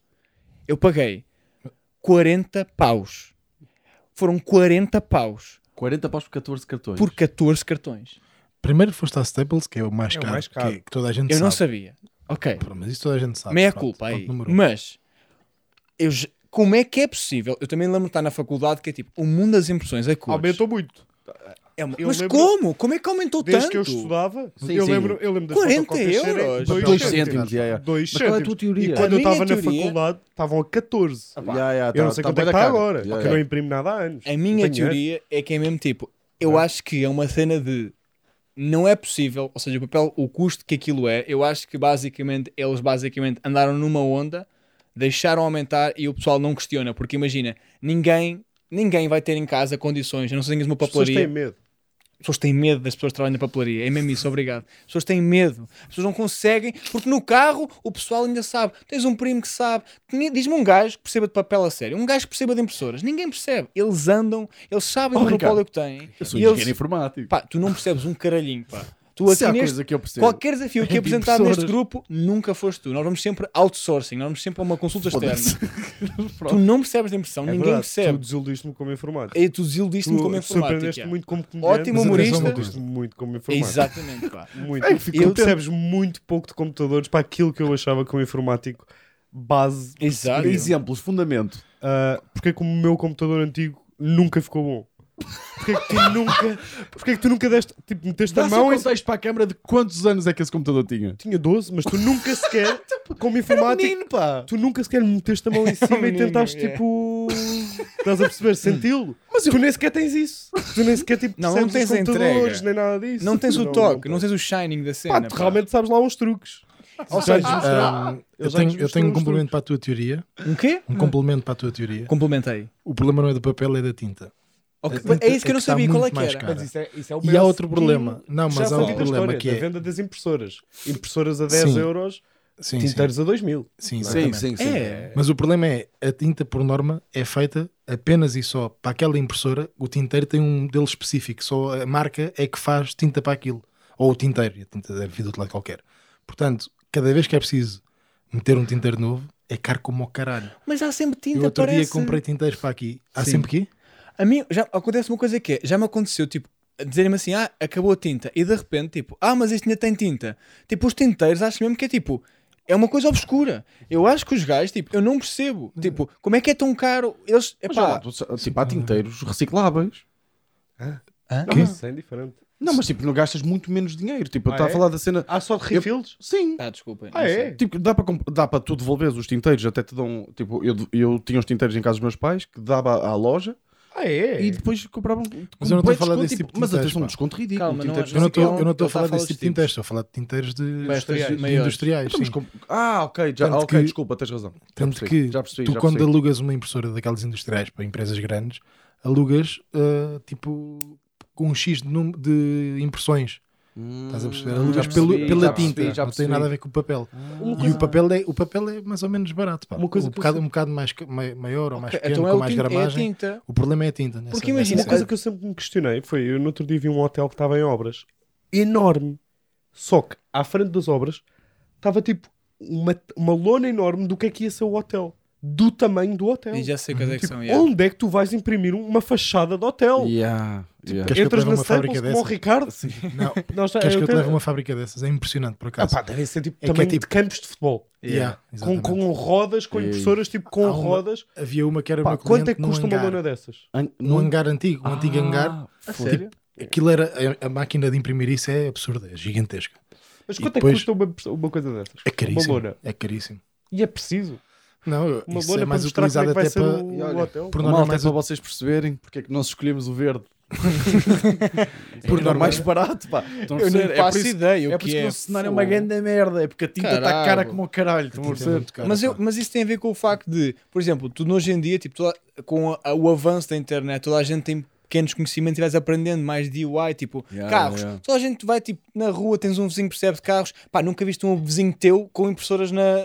Eu paguei 40 paus. Foram 40 paus
40 paus por 14 cartões.
por 14 cartões.
primeiro foste à Staples, que é o mais
É o
caro,
mais caro.
Que, é- que toda a gente
Eu
sabe.
não sabia. Ok.
Pronto, Mas isso toda a gente sabe.
Meia
Pronto,
culpa aí.
ponto número um.
Mas eu já- como é que é possível? Eu também lembro de estar na faculdade que é tipo o mundo das impressões a cores.
Aumentou muito.
É uma-
eu
Mas
lembro-
como? Como é que aumentou
Desde
tanto?
que eu estudava,
Sim,
eu,
sim.
Lembro, eu lembro das
40
fotocópias serem
euros.
é dois
Dois
cêntimos.
cêntimos, yeah, yeah. Mas
Dois
qual é a
cêntimos.
tua teoria?
E quando
A
eu estava
minha
na
teoria-
faculdade, estavam a 14.
Yeah, yeah,
eu
tá-
não sei
tá
quanto é
bué
que
da
está
caro.
agora,
Yeah,
porque
yeah.
não imprimo nada há anos.
A minha
Não tenho anos.
teoria é que é mesmo tipo, eu acho que é uma cena de não é possível, ou seja, o papel, o custo que aquilo é, eu acho que basicamente eles basicamente andaram numa onda, deixaram aumentar e o pessoal não questiona, porque imagina, ninguém, ninguém vai ter em casa condições, a não sei se uma
As pessoas
papelaria.
têm medo.
As pessoas têm medo das pessoas que trabalham na papelaria. É mesmo isso, obrigado. As pessoas têm medo. As pessoas não conseguem, porque no carro o pessoal ainda sabe. Tens um primo que sabe. Ni- Diz-me um gajo que perceba de papel a sério. Um gajo que perceba de impressoras. Ninguém percebe. Eles andam, eles sabem
Oh,
o monopólio
Ricardo,
que têm.
Eu sou
E
engenheiro
eles...
informático.
Pá, tu não percebes um caralhinho, pá. Tu aqui
Se há
neste-
coisa que eu percebo.
Qualquer desafio
<laughs>
que
É de
apresentado neste
impressoras.
grupo, nunca foste tu. Nós vamos sempre outsourcing, nós vamos sempre a uma consulta
Foda-se.
externa. <laughs> Tu não percebes de impressão,
É
ninguém
verdade, Tu
percebe.
desiludiste-me como informático.
E tu desiludiste-me como
Tu
informática.
surpreendeste muito como comediante.
Ótimo
Mas
humorista.
atenção a uma coisa.
Surpreendeste-me muito como informático.
Exatamente, pá.
Muito.
Ai, fico
Tu
contente.
percebes muito pouco de computadores para aquilo que eu achava que um informático base.
Exato.
Exemplos, fundamento.
ah, porque é que o meu computador antigo nunca ficou bom? Porque é que tu nunca, porque é que tu nunca deste, tipo, meteste a
Dá-se um
mão em
contexto para a câmara de quantos anos é que esse computador tinha?
tinha 12, mas tu nunca sequer, como informático,
pá.
tu nunca sequer meteste a mão em cima e
menino,
tentaste
yeah.
tipo. Estás a perceber? Senti-lo. Mas tu nem sequer tens isso. Tu nem sequer tipo,
Não, não
percebes
tens a
os computadores,
entrega.
nem nada
é
disso.
Não tens o toque, não,
tens.
tens o shining da cena.
Pá, tu realmente sabes lá uns truques.
Ou
Já lhes
seja,
um,
mostraram.
Ahm, eu,
já
tenho,
nos
eu tenho um
mostrou os Ah.
complemento para a tua teoria.
um quê?
Um complemento para a tua teoria.
Complementei.
O problema não é do papel, é da tinta.
Ok,
tinta
É isso que eu não
está
sabia
tá muito
qual é que
mais
era.
cara.
Mas isso-
é, isso é o
E há outro problema. Não, mas
um
há outro problema que
A tá
é.
venda das impressoras. Impressoras a 10
Sim.
euros,
Sim, sim,
tinteiros a 2 mil.
sim,
Sim,
exatamente.
sim, sim.
É.
Mas o problema é, a tinta por norma é feita apenas e só para aquela impressora, o tinteiro tem um modelo específico, só a marca é que faz tinta para aquilo. Ou o tinteiro, e a tinta deve vir de outro lado qualquer. Portanto, cada vez que é preciso meter um tinteiro novo, é caro como o caralho.
Mas há sempre
Eu
tinta,
outro dia
parece.
comprei tinteiros para aqui. Há
Sim.
sempre quê?
A mim, já acontece uma coisa que é, já me aconteceu, tipo, dizerem-me assim, ah, acabou a tinta. E de repente, tipo, ah, mas este ainda tem tinta. Tipo, os tinteiros acham mesmo que é tipo, É uma coisa obscura. Eu acho que os gajos, tipo, eu não
Hum.
percebo. Tipo, como é que é tão caro? Eles,
Mas, olha lá,
epá,
tu- tipo, há tinteiros recicláveis.
Não, mas isso é indiferente.
Não, mas tipo, não gastas muito menos dinheiro. Tipo, eu
Ah,
estou
é?
a falar da cena.
Há só de
Eu-
refills?
Sim.
ah, desculpem.
Ah,
não
é?
sei.
Tipo, dá para comp- dá para tu devolveres os tinteiros, até te dão. Tipo, eu, eu tinha os tinteiros em casa dos meus pais que dava à, à loja
Ah, é?
e depois compravam.
Mas eu não estou a
completos
falar
com,
desse
tipo-
tipo de
Mas
tinteiros,
atenção,
pá.
um desconto ridículo.
Calma, não
tinteiros-
Eu não
Esse aqui é um-
estou
ele
a
tá
falar
a falar
desse
dos
tipo de
tipos.
tinteiros, estou a falar de tinteiros de
Industriais,
de
maiores.
industriais.
Estamos
sim.
com- Ah, ok, já,
Tanto
ok,
que-
desculpa, tens razão. Já
Tanto
percebi,
que
já percebi,
tu,
já
quando
percebi.
alugas uma impressora daquelas industriais para empresas grandes, alugas ah, tipo com um X de, num- de impressões. Estás a perceber?
Hum,
Alugas
já
pelo-
percebi,
pela
já percebi,
tinta,
já
não tem
percebi.
nada a ver com o papel.
Uma
E
coisa-
o papel, é, o papel é mais ou menos barato. Pá.
Uma coisa
um,
que eu
bocado,
sei-
um bocado mais, ca- mai- maior ou mais
Ok,
pequeno,
então é,
com
o
mais
tin- é a
gramagem.
tinta.
O problema é a tinta. Nessa,
Porque imagina,
nessa
Uma coisa que eu sempre me questionei foi: eu no outro dia vi um hotel que estava em obras, enorme. Só que à frente das obras estava tipo uma, uma lona enorme do que é que ia ser o hotel, do tamanho do
Então-
hotel.
E já sei quais é que
Tipo,
são. yeah.
onde é que tu vais imprimir uma fachada de hotel?
Yeah, yeah.
Queres que eu
Entras
te leve
na
uma fábrica
Staples como o
dessas?
Ricardo?
Não,
<laughs> Nós,
queres
Ah, eu
que eu te
tenho-
leve uma fábrica dessas? É impressionante, por
Ah
acaso.
pá, devem ser tipo
É que é
tamanho
tipo-
de campos de futebol.
Yeah,
Com,
exatamente.
com rodas, com
E-
impressoras, tipo com
Há uma-
rodas.
Havia uma que era
Pá,
uma
quanto é que
cliente num
custa uma
hangar.
lona dessas? Tipo,
An-
Num hangar antigo, um antigo hangar.
Ah,
A
foda.
sério?
Aquilo era. A, a máquina de imprimir isso é absurda, é gigantesca.
Mas
E
quanto é
depois-
que custa uma, pessoa- uma coisa dessas?
É
Uma
caríssimo.
lona.
É caríssimo.
E é preciso.
Não, eu-
Uma
isso
lona
é mais
para mostrar
utilizado
como é que vai
até
ser
para.
o,
E
o
olha,
hotel.
Por norma,
Malta, é
mais,
para vocês perceberem porque é que nós escolhemos o verde.
por
Porque era
norma,
mais barato, pá. Estão a
Eu
perceber?
não
é por
faço
isso,
ideia
é
o
por isso
que
que
é.
o cenário é uma grande merda. É porque a tinta está
Caralho.
cara como o caralho. Estão a
tinta é
perceber?
muito cara,
Mas, eu,
pá.
mas isso tem a ver com o facto de, por exemplo, tu hoje em dia, tipo, toda- com a- o avanço da internet, toda a gente tem pequenos conhecimentos e vais aprendendo mais DIY, tipo,
Yeah,
carros.
yeah.
Toda a gente vai, tipo, na rua, tens um vizinho que percebe de carros. Pá, nunca viste um vizinho teu com impressoras na, na,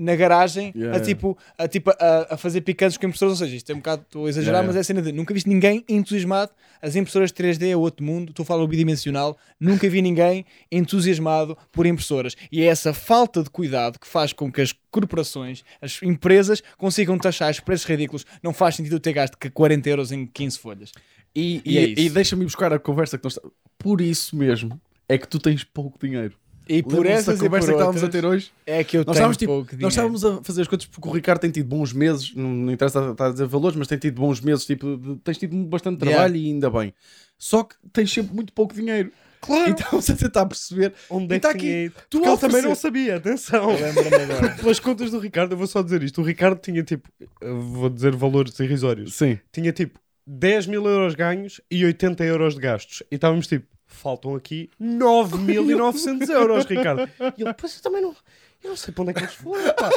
na garagem
Yeah,
a,
yeah.
tipo, a, tipo a, a fazer picantes com impressoras. Ou seja, isto é um bocado, estou a exagerar,
Yeah,
mas é a cena de nunca viste ninguém entusiasmado. As impressoras 3D é outro mundo, estou a falar o bidimensional. Nunca vi ninguém entusiasmado por impressoras. E é essa falta de cuidado que faz com que as corporações, as empresas, consigam taxar os preços ridículos. Não faz sentido ter gasto que 40 euros em 15 folhas.
E,
E é isso.
e, e deixa-me ir buscar a conversa que nós estamos. Por isso mesmo é que tu tens pouco dinheiro.
E por
Lembram-se
essas
da
e por
conversa que estávamos a
outras,
ter hoje?
é que eu
Nós
tenho
estávamos, tipo,
pouco dinheiro.
nós estávamos a fazer as contas porque o Ricardo tem tido bons meses, não, não interessa estar a dizer valores, mas tem tido bons meses, tipo, de- tens tido bastante
Yeah.
trabalho e ainda bem. Só que tens sempre muito pouco dinheiro.
Ah.
Claro.
Então <laughs> você tentar perceber
Onde é
E tá
que
aqui.
tinha ido?
Tu
Porque ele
oferece-
também não sabia, atenção. <laughs> Pelas contas do Ricardo, eu vou só dizer isto. O Ricardo tinha tipo, eu vou dizer valores irrisórios,
Sim.
tinha tipo 10 mil euros ganhos e 80 euros de gastos. E estávamos tipo, faltam aqui 9.900 euros, Ricardo. E ele, pois eu também não. Eu não sei para onde é que eles foram, pá.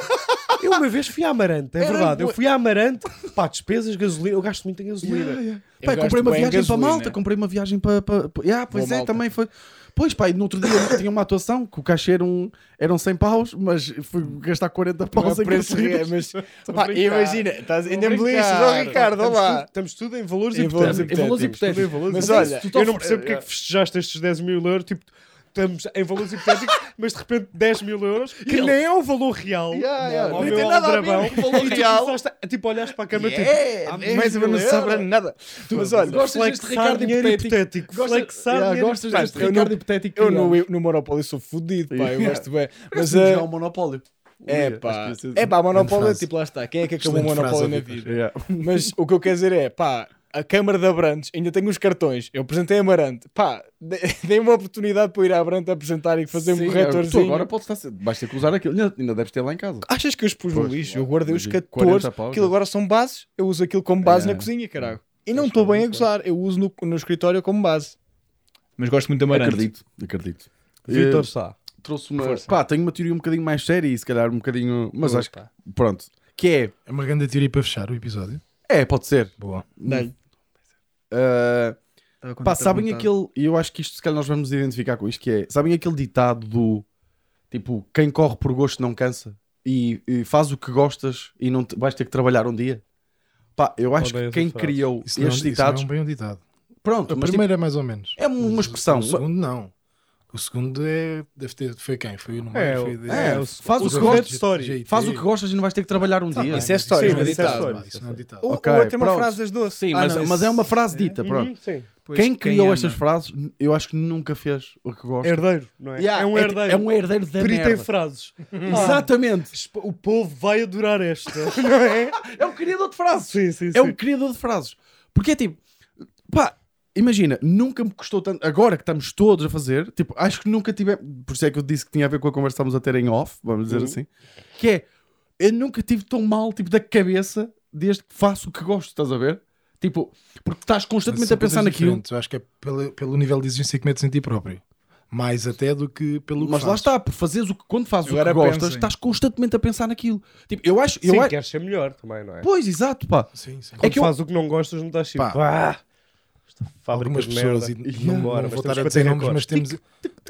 Eu uma vez fui à Amarante, é
Era
verdade. Eu
bué-
fui à Amarante, pá, despesas, gasolina. Eu gasto muito em gasolina.
Eu
Pai,
gasto
comprei uma
bem em
viagem para
gasolina.
Malta, comprei uma viagem para. para, para... Ah, pois
Boa
é,
Malta.
também foi. Pois, pai, no outro dia <laughs> tinha uma atuação que o cachê era um- eram 100 paus, mas fui gastar 40 paus em <laughs>
preço
gasolina.
real, mas
a
pá,
brincar.
imagina, estás ainda
Estou a
me lixas, ó
brincar.
Ricardo,
Estamos
olá.
tudo- Estamos tudo em valores
Em valores
hipotéticos.
Em valores hipotéticos.
Mas
Mas
olha,
olha,
tu
eu não
tá-
percebo porque é que festejaste estes 10 mil euros. Tipo, estamos em valores hipotéticos,
<laughs>
mas de repente 10 mil euros, que
ele-
nem é o valor real.
yeah.
Ao
Não
meu
tem nada a ver
aldrabão.
com o valor
E tu
real.
começaste a- tipo, olhaste para a câmera
É,
tipo,
é, mas eu não sobra nada. Mas olha,
Gostas deste
flexar
Ricardo
dinheiro
hipotético?
hipotético.
Gostas-
Flexar
Yeah,
dinheiro
gostas
hipotético.
deste
eu não-
Ricardo hipotético?
eu no,
criamos?
eu no Monopólio sou fodido, pá,
<laughs>
eu
Yeah.
gosto bem. Mas
Mas é
é
o monopólio.
é
Acho que
pá,
ia ser- assim.
é pá, Monopólio,
frase.
tipo, lá está. Quem é que acabou o
Excelente frase,
Monopólio na
Vitor.
vida?
Yeah.
<laughs> Mas o que eu quero dizer é, pá, a Câmara de Abrantes ainda tem os cartões. Eu apresentei a Amarante, pá, de- <laughs> dei uma oportunidade para eu ir à Abrante apresentar e fazer
Sim,
um
é,
corretorzinho.
Tu agora podes estar. Vais ter que usar aquilo. Ainda, ainda deves ter lá em casa.
Achas que eu os pus no
Pois,
lixo?
claro.
Eu guardei os
Mas e
14.
40 paus,
Aquilo
né?
agora são bases. Eu uso aquilo como base
É.
na cozinha, caralho. E não estou bem a gozar. Eu uso no, no escritório como base. Mas gosto muito da amarante.
Acredito, acredito.
Vitor Sá.
Eh, trouxe uma.
Força.
Pá, tenho uma teoria um bocadinho mais séria e se calhar um bocadinho. Mas acho que.
Opa.
Pronto. Que
É uma grande teoria para fechar o episódio.
é. É, pode ser.
Boa.
Dá-lhe.
Eh,
Estava
Pá, sabem aquele. E eu acho que isto, se calhar, nós vamos nos identificar com isto: que é. Sabem aquele ditado do tipo, quem corre por gosto não cansa e, e faz o que gostas e não te- vais ter que trabalhar um dia? Pá, eu acho que
Odeio essa
quem
frase.
criou
Isso não,
estes
isso não é
ditados.
um bem um ditado.
Pronto,
A
mas tipo,
primeira é mais ou menos.
é uma
Mas o-
expressão.
O segundo não. O O segundo é. Deve ter, foi quem? Foi o número.
É,
foi,
o- é, o-
faz o
os
que
gostos
gostas.
de
story.
GT.
tipo, Faz o que gostas e não vais ter que trabalhar um dia.
Isso é história,
Sim,
mas
isso
é
história,
história.
Isso não é ditado.
Ou,
Ok,
ou até uma
pronto.
frase das doce.
Sim,
Ah,
mas,
não,
mas é
isso-
uma frase
é.
dita, pronto.
Uhum, Sim.
Pois,
Quem criou
ama?
estas frases, eu acho que nunca fez o que gosta.
Herdeiro, não é?
Yeah,
é um herdeiro.
É, um herdeiro da
Perito em
merda.
frases.
Exatamente.
Esp- O povo vai adorar <laughs> esta, não é?
É um criador de frases.
Sim, <laughs> sim, sim.
É um criador de frases. Porque é tipo, pá, imagina, nunca me custou tanto. Agora que estamos todos a fazer, tipo, acho que nunca tive. Por isso é que eu disse que tinha a ver com a conversa que estamos a ter em off, vamos dizer
Uhum.
assim. Que é, eu nunca tive tão mal, tipo, da cabeça desde que faço o que gosto, estás a ver? Tipo, porque estás
Mas
constantemente
são
a pensar
coisas
naquilo.
diferentes. Eu acho que é pelo, pelo nível de exigência que metes em ti próprio. Mais até do que pelo que
Mas lá
fazes.
está, por fazeres o que quando fazes o
Agora
que gostas,
pensem.
estás constantemente a pensar naquilo. Tipo, eu acho, eu
Sim,
acho,
queres ser melhor também, não é?
pois, exato, pá.
Sim, sim.
É
Quando
que eu-
faz o que não gostas, não estás tipo,
Pá.
pá, esta fábrica
Algumas
de
pessoas
merda. <laughs>
e
Yeah, não
não, não
Bora, mas
vou estar
temos
a
que
dizer
bater
nomes,
recordes.
mas temos.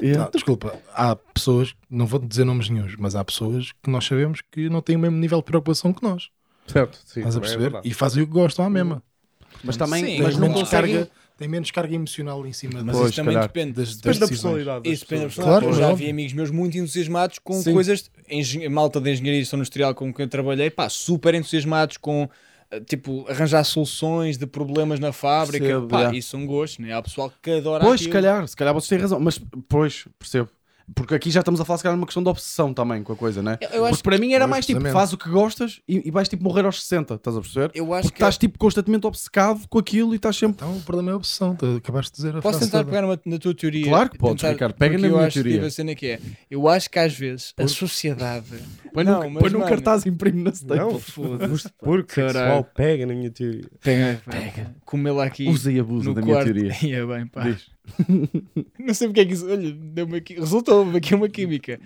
Não, desculpa, há pessoas, não vou dizer nomes nenhums, mas há pessoas que nós sabemos que não têm o mesmo nível de preocupação que nós.
Certo, sim,
Estás a
também é
perceber?
verdade.
e fazem o que gostam à mesma.
Mas também, mas
Sim,
Têm
Mas
não
não
menos,
conseguem.
carga, têm menos carga emocional em cima
Mas
Pois,
isso também
calhar.
depende das,
das
das
Depende da
decisões.
personalidade. das
Isso depende da
pessoas.
personalidade.
Claro,
eu já
óbvio.
vi amigos meus muito entusiasmados com
Sim.
coisas, engen- malta de engenharia e industrial com quem eu trabalhei, pá, super entusiasmados com eh, tipo arranjar soluções de problemas na fábrica.
Percebo,
pá,
já.
isso são gostos, né? Há pessoal que adora
Pois, se
aquilo.
calhar, se calhar vocês têm razão, mas pois, percebo. Porque aqui já estamos a falar, se calhar, numa questão de obsessão também com a coisa, né?
Eu- eu acho
Porque para mim era
Pois,
mais tipo,
precisamente.
faz o que gostas e, e vais tipo morrer aos 60, estás a perceber?
Eu acho
Porque
que é
estás tipo constantemente obcecado com aquilo e estás sempre.
Então o problema é a obsessão, tu acabaste de dizer a
Posso
frase
tentar
toda.
pegar numa- na tua teoria?
Claro que podes,
Tentar-
Ricardo. Pega
porque
na
eu
minha
acho que
teoria.
tive a cena que é. Eu acho que às vezes a sociedade.
<laughs> Põe
Não,
num,
mas,
põe num
mano,
cartaz e imprime na staple.
Não, foda-se. Porque
Caralho.
sexual pega na minha teoria.
Pega, pega. Comê-la aqui.
Usa e abusa
no
da
quarto.
minha teoria.
<laughs> Ia bem, pá.
Diz.
Não sei porque é que isso. Olha, deu-me aqui. Resultou-me aqui uma química.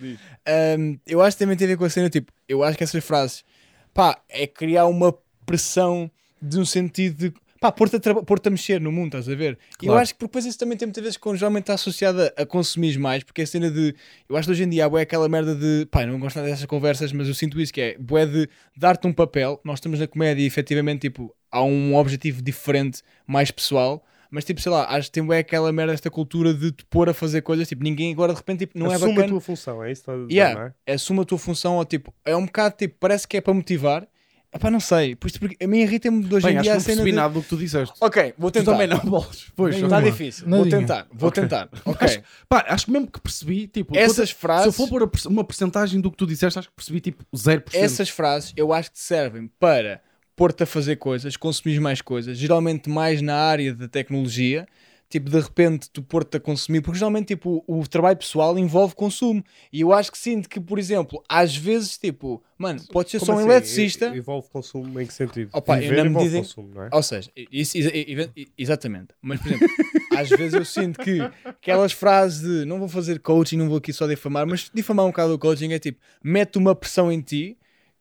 Ahm, eu acho que também tem a ver com a cena. Tipo, eu acho que essas frases. Pá, é criar uma pressão de um sentido de. Pá, pôr-te a, traba- pôr-te a mexer no mundo, estás a ver? E eu
Claro.
acho que depois isso também tem muitas vezes que geralmente está associada a consumir mais, porque é a cena de. Eu acho que hoje em dia há bué é aquela merda de. Pá, eu não gosto nada dessas conversas, mas eu sinto isso que é. Bué de dar-te um papel. Nós estamos na comédia e efetivamente, tipo, há um objetivo diferente, mais pessoal. Mas, tipo, sei lá, acho que tem bué aquela merda, esta cultura de te pôr a fazer coisas. Tipo, ninguém agora de repente, tipo, não é
Assume
bacana
a tua função, é isso que estás a dizer,
yeah,
não é?
assume a tua função ou tipo, é um bocado tipo, parece que é para motivar. Epá, não sei, por isso porque a mim irrita-me de hoje
Bem,
em
acho que
dia
não
a cena.
percebi
de-
nada do que tu disseste.
Ok, vou
Tu
tentar.
também não, bolas. Pois,
Nenhuma.
Está difícil. Vou
Nadinha.
tentar, vou tentar. Ok.
Pá, acho que mesmo que percebi, tipo,
Essas
toda-
frases-
Se eu for pôr a perce- uma porcentagem do que tu disseste, acho que percebi tipo 0%.
Essas frases eu acho que servem para pôr-te a fazer coisas, consumir mais coisas, geralmente mais na área da tecnologia. Tipo, de repente, tu pôr-te a consumir, porque geralmente, tipo, o o trabalho pessoal envolve consumo. E eu acho que sinto que, por exemplo, às vezes, tipo, mano, pode ser
Como
só um
assim?
eletricista.
E- Envolve consumo em que sentido?
Opa, eu
Viver
não me
envolve
dizem-
consumo, não é?
Ou seja, isso- isso- e- e- exatamente. Mas, por
<laughs>
exemplo, às vezes eu sinto que aquelas frases de não vou fazer coaching, não vou aqui só difamar, mas difamar um bocado o coaching é tipo, mete uma pressão em ti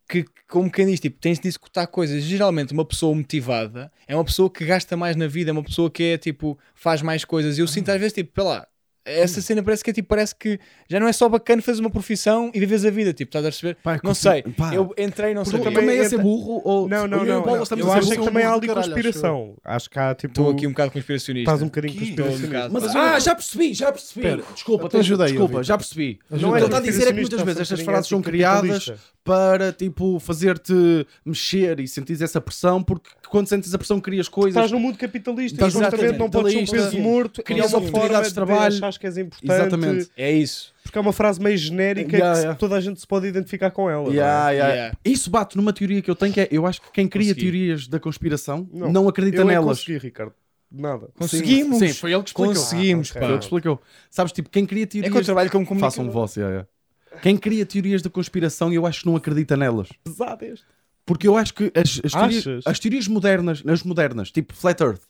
que, como quem diz, tipo, tens de escutar coisas. Geralmente, uma pessoa motivada é uma pessoa que gasta mais na vida, é uma pessoa que é tipo, faz mais coisas. E eu sinto às vezes, tipo, pela lá. Essa cena parece que é tipo, parece que já não é só bacana fazer uma profissão e viveres a vida, tipo, estás a perceber?
Pá,
não
consigo-
sei,
É pá.
eu entrei, não sei
Porque
o quê.
também é
entra-
ser burro ou
Não, não,
ou eu e o
não.
Bolas
não.
estamos
eu
a ser
acho é que
burro.
também há
um
ali
Caralho, acho
conspiração. Acho que há tipo.
Estou aqui um bocado conspiracionista.
Estás um bocadinho
Aqui,
conspiracionista.
Mas
Mas ah, já percebi, já percebi. Desculpa,
Então
tens-
ajuda aí,
desculpa,
Vitor.
já percebi.
Ajuda
o
aí.
que ele está a dizer é que
Conspiracionista
muitas vezes estas
é um
frases são
bocadinho
criadas
anticapitalista.
para tipo fazer-te mexer e sentires essa pressão, porque quando sentes a pressão crias coisas.
Estás num mundo capitalista,
Estás
num mundo
é. exatamente, não podes ser um
capitalista.
peso morto,
Crias
é uma
oportunidades
forma
de trabalho.
achas que és importante,
Exatamente.
É isso.
porque é uma frase meio genérica
Yeah,
que
yeah.
toda a gente se pode identificar com ela. não é?
Yeah, yeah.
Yeah.
Isso bate numa teoria que eu tenho que é, eu acho que quem cria
Consegui.
teorias da conspiração não,
Não,
acredita
Eu é nem
nelas.
consegui, Ricardo. Nada.
Conseguimos.
Sim, foi ele que explicou.
Conseguimos,
Ah,
Foi
ok.
ele
pá.
que explicou. Sabes, tipo, quem cria
É que eu
teorias
trabalho como comunicador.
um
Façam voz, yeah, yeah. Quem cria teorias da conspiração, eu acho que não acredita nelas.
Pesado este.
Porque eu acho que as, as, teorias,
Achas?
as teorias modernas, nas modernas, tipo Flat Earth,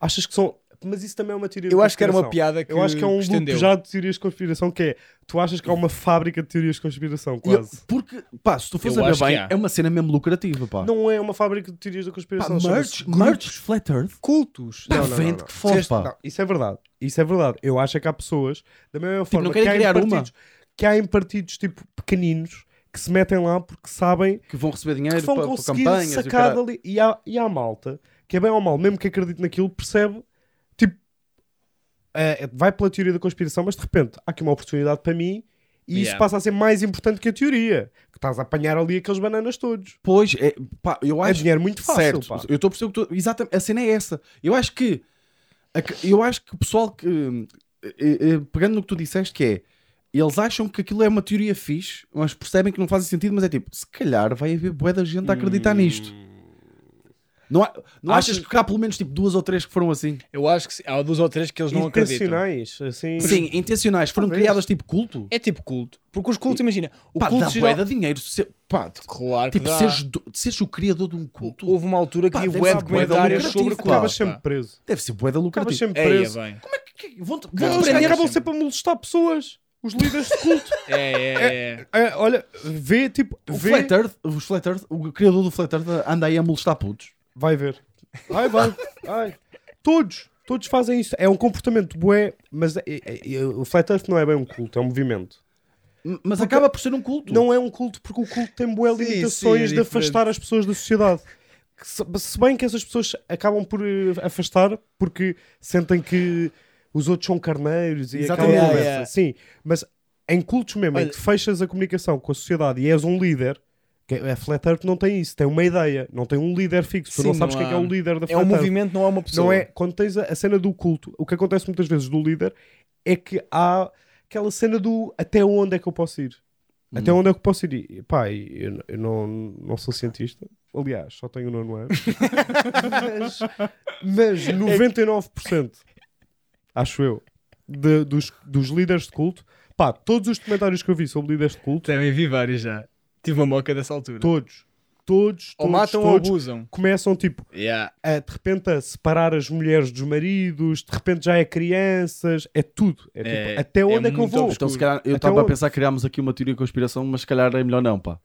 Achas que são. Mas isso também é uma teoria de
Eu acho que era uma
conspiração.
piada que
Eu acho que é um loop
estendeu.
já de teorias de conspiração que é. Tu achas que há uma fábrica de teorias de conspiração,
eu-
quase.
porque, pá, se tu fores
Eu
a ver
acho que
bem,
há.
é uma cena mesmo lucrativa, pá.
Não é uma fábrica de teorias da
pá
conspiração.
merch,
chama-se
merch Flat Earth,
Cultos.
pá,
Não, não, não,
vende
não.
que fode,
Disseste-
pá.
não, isso é verdade. Isso é verdade. Eu acho é que há pessoas, da mesma forma
Tipo, não
que
querem
há, em
criar uma.
partidos, que há em partidos tipo pequeninos que se metem lá porque sabem
Que vão receber dinheiro
que vão
para, para
conseguir
É, tipo, campanhas. e o
sacar
caralho.
dali. E há, e há malta que é bem ou mal, mesmo que acredite naquilo, percebe tipo eh, vai pela teoria da conspiração, mas de repente há aqui uma oportunidade para mim e isso
Yeah.
passa a ser mais importante que a teoria. Que estás a apanhar ali aqueles bananas todos.
Pois, é, pá, eu
É
acho.
dinheiro muito fácil,
certo,
pá.
eu estou a perceber o que tu. Exatamente, a cena é essa. Eu acho que. a que- eu acho que o pessoal que. hum, eh, eh, Pegando no que tu disseste, que é. Eles acham que aquilo é uma teoria fixe, mas percebem que não fazem sentido, mas é tipo, se calhar vai haver bué da gente a acreditar nisto. Não, há- não
Achas-
achas que há pelo menos tipo duas ou três que foram assim?
Eu acho que se- há duas ou três que eles não acreditam.
Intencionais, assim.
Sim, intencionais, foram
Talvez.
criadas tipo culto.
É tipo culto. Porque os cultos, imagina, o
pá,
culto
dá
geral-
bué da dinheiro. se- pá,
Claro que
tipo,
dá.
seres, do- seres o criador de um culto,
Houve uma altura que
Pá,
havia
deve
web
ser bué da
documentários
lucrativo,
sobre
pá.
cultos.
Acabas sempre preso.
deve ser bué da
Acabas
lucrativo.
sempre
Eia,
preso.
bem.
Como é que- que- vão-te-
Não, é
vão
eles
prender
acabam sempre a molestar pessoas. Os líderes de culto.
É, é, é.
<laughs> É, olha, vê, tipo,
O
vê.
Flat Earth, o Flat Earth, o criador do Flat Earth anda aí a molestar putos.
Vai ver. Ai, vai. Ai. Todos. Todos fazem isso. É um comportamento bué, mas é- é- é- o Flat Earth não é bem um culto, é um movimento.
M- Mas acaba por ser um culto.
Não é um culto porque o culto tem bué
Sim,
limitações
sim, é
de
diferente.
afastar as pessoas da sociedade. Que se, se bem que essas pessoas acabam por eh, afastar porque sentem que os outros são carneiros e
Exatamente.
acabam
Yeah, yeah.
Sim, mas em cultos mesmo, em
Olha-
que fechas a comunicação com a sociedade e és um líder, que é, a Flat Earth não tem isso, tem uma ideia, não tem um líder fixo.
Sim,
tu não sabes
não
quem é que é
há-
o líder da
É
Flat
um
Earth.
movimento, não é uma pessoa.
Não é? Quando tens a, a cena do culto, o que acontece muitas vezes do líder é que há aquela cena do até onde é que eu posso ir?
Hum.
Até onde é que eu posso ir? E, pá, eu, n- eu não, não sou cientista. Aliás, só tenho nono
<laughs>
ano. mas, mas 99%, acho eu, de- dos, dos líderes de culto, pá, todos os comentários que eu vi sobre líderes de culto,
Também vi vários já. Tive uma moca dessa altura.
todos, todos, todos,
ou matam ou
todos,
abusam.
começam tipo,
Yeah.
a, de repente a separar as mulheres dos maridos, de repente já é crianças, é tudo. É,
É-
tipo, até
é
onde é, que eu
muito
vou?
Então, se calhar, eu
Até
estava a
onde?
pensar que criámos aqui uma teoria de conspiração, mas se calhar é melhor não, pá.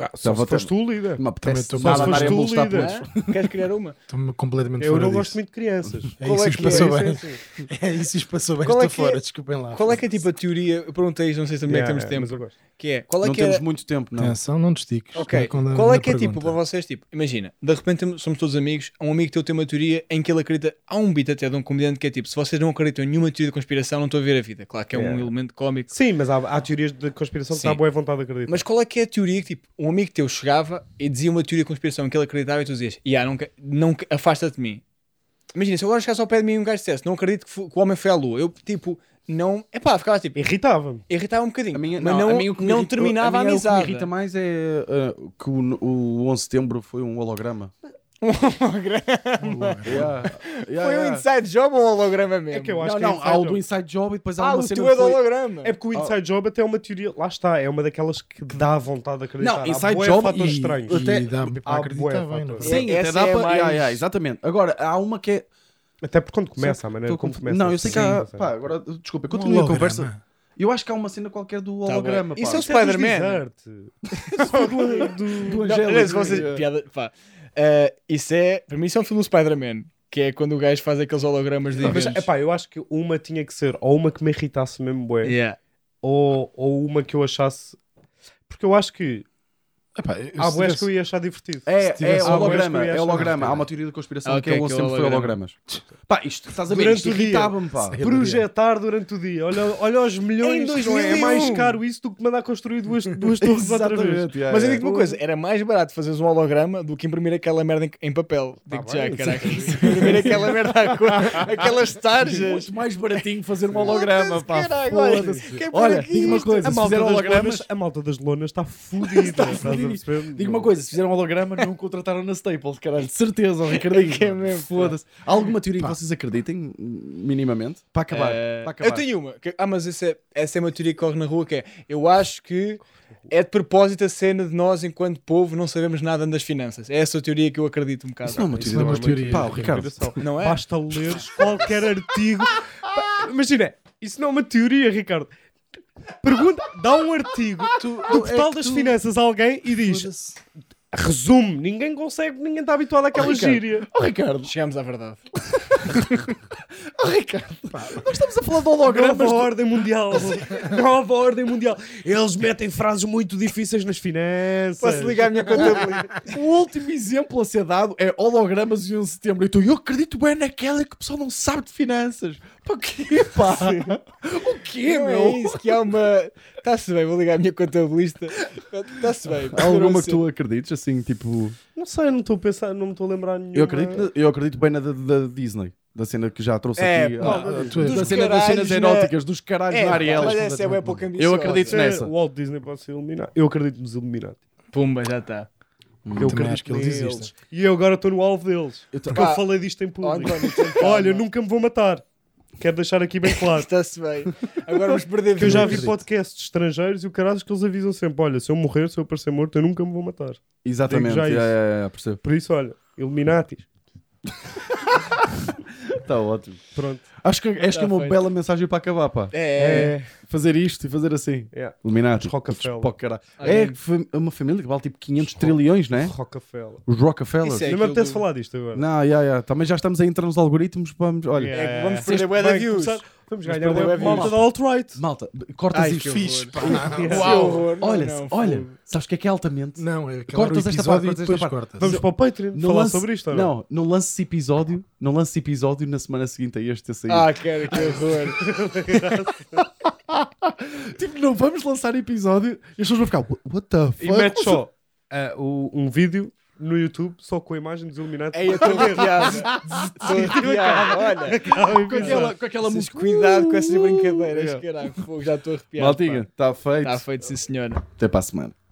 Ah,
Já
só
vou
se foste
ter-
tu o líder.
Não apetece
Também estou-
nada
Mas
andar
foste
a
tu
molestar
líder.
putos.
Hã? Queres criar uma?
Estou-me completamente
Eu
fora
não
disso.
gosto muito de crianças.
É
Qual
isso
é
que
que
se passou
é?
bem.
Sim, sim.
<laughs> É isso que se passou bem
Qual é
esta
que é-
fora, desculpem lá.
Qual é que é tipo a teoria? Eu perguntei, não sei se também é que
Yeah,
temos
yeah,
tempo.
mas eu gosto.
Que é? Qual é
Não
que é?
temos muito tempo, não.
assim.
Atenção, não te estiques.
Ok,
Na-
qual é
na
que é tipo
pergunta.
para vocês? Tipo, imagina, de repente tamo- somos todos amigos. Há um amigo teu tem uma teoria em que ele acredita. Há um beat até de um comediante que é tipo: se vocês não acreditam em nenhuma teoria de conspiração, não estou a ver a vida. Claro que é um
Yeah.
elemento cómico.
Sim, mas há, há teorias de conspiração que
Sim.
dá boa vontade de acreditar.
Mas qual é que é a teoria que tipo, um amigo teu chegava e dizia uma teoria de conspiração em que ele acreditava e tu dizias: yeah, não, ca- não ca- afasta-te de mim. Imagina, se agora chegasse ao pé de mim e um gajo dissesse: não acredito que, fo- que o homem foi à lua. Eu tipo, não. É pá, ficava tipo,
Irritava-me.
irritava um bocadinho.
A minha-
mas não,
a mim o que me
não
irrita-
terminava a,
a minha, O que
amizade.
me irrita mais é eh, que o, o 11 de setembro foi um
<laughs>
holograma. <laughs> Yeah, yeah,
Foi um
yeah.
inside job ou um holograma mesmo?
É que eu
Não,
acho que é
não, há o do
inside job.
Inside Job e depois há
Ah,
uma
o
cena
teu é
que
de
foi-
holograma.
É porque o Inside Job até é uma teoria, lá está, é uma daquelas que dá vontade de acreditar.
Não,
Há
Inside
bué
Job
fatores
e-
estranhos.
eu- até-
E dá
Tipo,
para
há bué
acreditar bem. não
fatores.
é?
Sim, até
Essa
dá
é
para.
mais-
Yeah, yeah, exatamente. Agora, há uma que é.
Até porque quando começa, a maneira
Tô
né? como
conf-
começa. é
Não, eu sei que há.
Sim,
Pá,
sim.
agora, desculpa,
Um
continua a
holograma.
conversa. Eu acho que há uma cena qualquer do
Tá
holograma.
bem. Isso
pá.
é o Spider-Man.
<laughs>
<laughs> do, do,
do
Não,
Angélico.
olha, se vocês- piada, pá. Ah, isso é. Para mim, isso é um filme do Spider-Man. Que é quando o gajo faz aqueles hologramas de.
Mas,
eventos.
epá, eu acho que uma tinha que ser ou uma que me irritasse mesmo, bué,
Yeah.
ou, ou uma que eu achasse. Porque eu acho que
Epá, eu-
há
se
boés
tivesse-
que eu ia achar divertido.
É, é
tivesse
holograma,
alguma
holograma,
coisa que eu
é
ia
holograma.
achar,
Há uma teoria da conspiração
Ah,
que
ok,
é o
que é
sempre foi
holograma.
hologramas. Pá, isto estás a ver,
Durante
isto
o dia.
irritava-me, pá.
Sim.
Projetar durante o dia. Olha, olha os milhões.
Em
que não é. é
2001.
mais caro isso do que mandar construir duas, duas torres outra vez.
um. Exatamente, yeah,
Mas eu
yeah.
digo-te uma coisa: era mais barato fazeres um holograma do que imprimir aquela merda em, em papel.
Tá
Digo-te já,
bem,
caraca. Imprimir aquela merda
<laughs>
à cor, aquelas tarjas.
Muito mais baratinho fazer um
holograma,
holograma,
pá.
pá.
Caralho, Foda-se. olha, que é por
Olha,
aqui
digo uma
isto.
coisa:
A
se
malta,
fizer
das
hologramas.
lonas, a malta das lonas
<laughs>
está fodida. estás a
fodida.
perceber?
Digo uma coisa, se fizeram um holograma, não contrataram na Staples, caralho, de certeza, ó, Ricardinho.
É que é mesmo, pá.
Foda-se. Há alguma teoria que vocês acreditem, minimamente? Para acabar.
Eh,
para acabar.
eu tenho uma. que- ah, mas essa é, essa é uma teoria que corre na rua que é. Eu acho que é de propósito a cena de nós, enquanto povo, não sabemos nada das finanças. É essa a teoria que eu acredito um bocado.
Isso não é uma
Isso
teoria.
não é uma
mas muito-
teoria.
Pá, o Ricardo. <laughs>
Não é?
Basta leres qualquer artigo. Pá, Imagina, isso não é uma teoria, Ricardo. Pergunta, dá um artigo
Ah,
do
é
Portal das Finanças a alguém e diz:
Foda-se.
resume,
Ah, Oh,
ninguém consegue, ninguém está habituado àquela
Ricardo.
gíria.
Ó, Ricardo.
Chegamos à verdade. Oh, Ricardo, nós estamos a falar de hologramas.
Nova
tu-
ordem mundial. Nova ordem mundial. Eles metem frases muito difíceis nas finanças.
Posso ligar
<laughs>
a
é
minha contabilidade?
O último exemplo a ser dado é hologramas de 11 de setembro. Então eu acredito bem naquela que o pessoal não sabe de finanças. Para quê, pá? O quê,
Não
meu?
é isso, que há uma. Está-se bem, vou ligar a minha contabilista. Está-se bem.
Há alguma que tu acredites, assim, tipo...
Não sei, não estou a pensar, não me estou a lembrar nenhuma.
Eu acredito, na- eu acredito bem na da, da Disney. Da cena que já trouxe
É,
aqui.
pá,
ah,
Ah, tu és-
da
dos
cena das cenas
caralhos na-
eróticas, dos caralhos
É,
na
pá,
Ariel.
mas essa é bué pouco
Eu acredito
ambiciosa.
É,
nessa.
O Walt Disney pode ser iluminado. Eu acredito nos Illuminati.
Pumba, já tá. está.
eu
também
acredito
acho que eles
neles.
existem.
E eu agora estou no alvo deles. Porque
Pá,
eu falei disto em
Oh,
<laughs>
público.
António, tem calma.
Olha, eu nunca me vou matar. Quero deixar aqui bem
<laughs>
claro.
Está-se bem. Agora vamos perder
Que eu já vi
vidas.
podcasts de estrangeiros e o caralho que eles avisam sempre: olha, se eu morrer, se eu aparecer morto, eu nunca me vou matar.
Exatamente,
Digo já
é,
isso.
é, é, percebo.
Por isso, olha, Illuminatis. Tá
Está ótimo.
Pronto.
Acho que esta
Tá
é uma
feito.
bela mensagem para acabar, pá.
É.
Fazer isto e fazer assim.
Yeah.
Iluminati.
Os Rockefeller.
Pô, caralho.
Alguém-
É fam- uma família que vale tipo 500
Os Rock-
trilhões, né?
Rockefeller.
Os Rockefellers.
Isso é
Não me
aquilo
apetece
do-
falar disto agora.
Não, yeah, yeah. também já estamos a entrar nos algoritmos. Vamos, olha.
Yeah.
É que vamos
É.
perder bué de
Bem,
views.
começar- Vamos
Mas
ganhar
perdeu
uma
a
malta
vista.
da alt-right.
Malta, cortas
Ai, que
isto.
horror.
Pá, não, não.
Que
Uau.
horror. Não,
Olha,
não,
olha,
fogo.
sabes o que é que é altamente?
Não, é acabar
Cortas
o
esta
episódio
parte,
e
cortas
depois
esta parte.
cortas.
Vamos para o Patreon
Não
falar
lance-
sobre isto ou não?
Não, não lance esse episódio, não lance esse episódio na semana seguinte a este ter saído.
Ah, cara, que horror.
tipo, não vamos lançar episódio e as pessoas vão ficar, "Wha- what the fuck?
E mete só ah, o- um vídeo no YouTube só com a imagem dos Illuminati.
Ei, É, eu
<laughs>
estou
<laughs>
arrepiado. Estou arrepiado. Olha,
com aquela, com aquela
vocês
música. Uh!
cuidado com essas brincadeiras.
Yeah.
Caralho, fogo, já estou arrepiado.
Maltinha, está feito.
Está Tá feito, sim, senhora.
Até para a semana.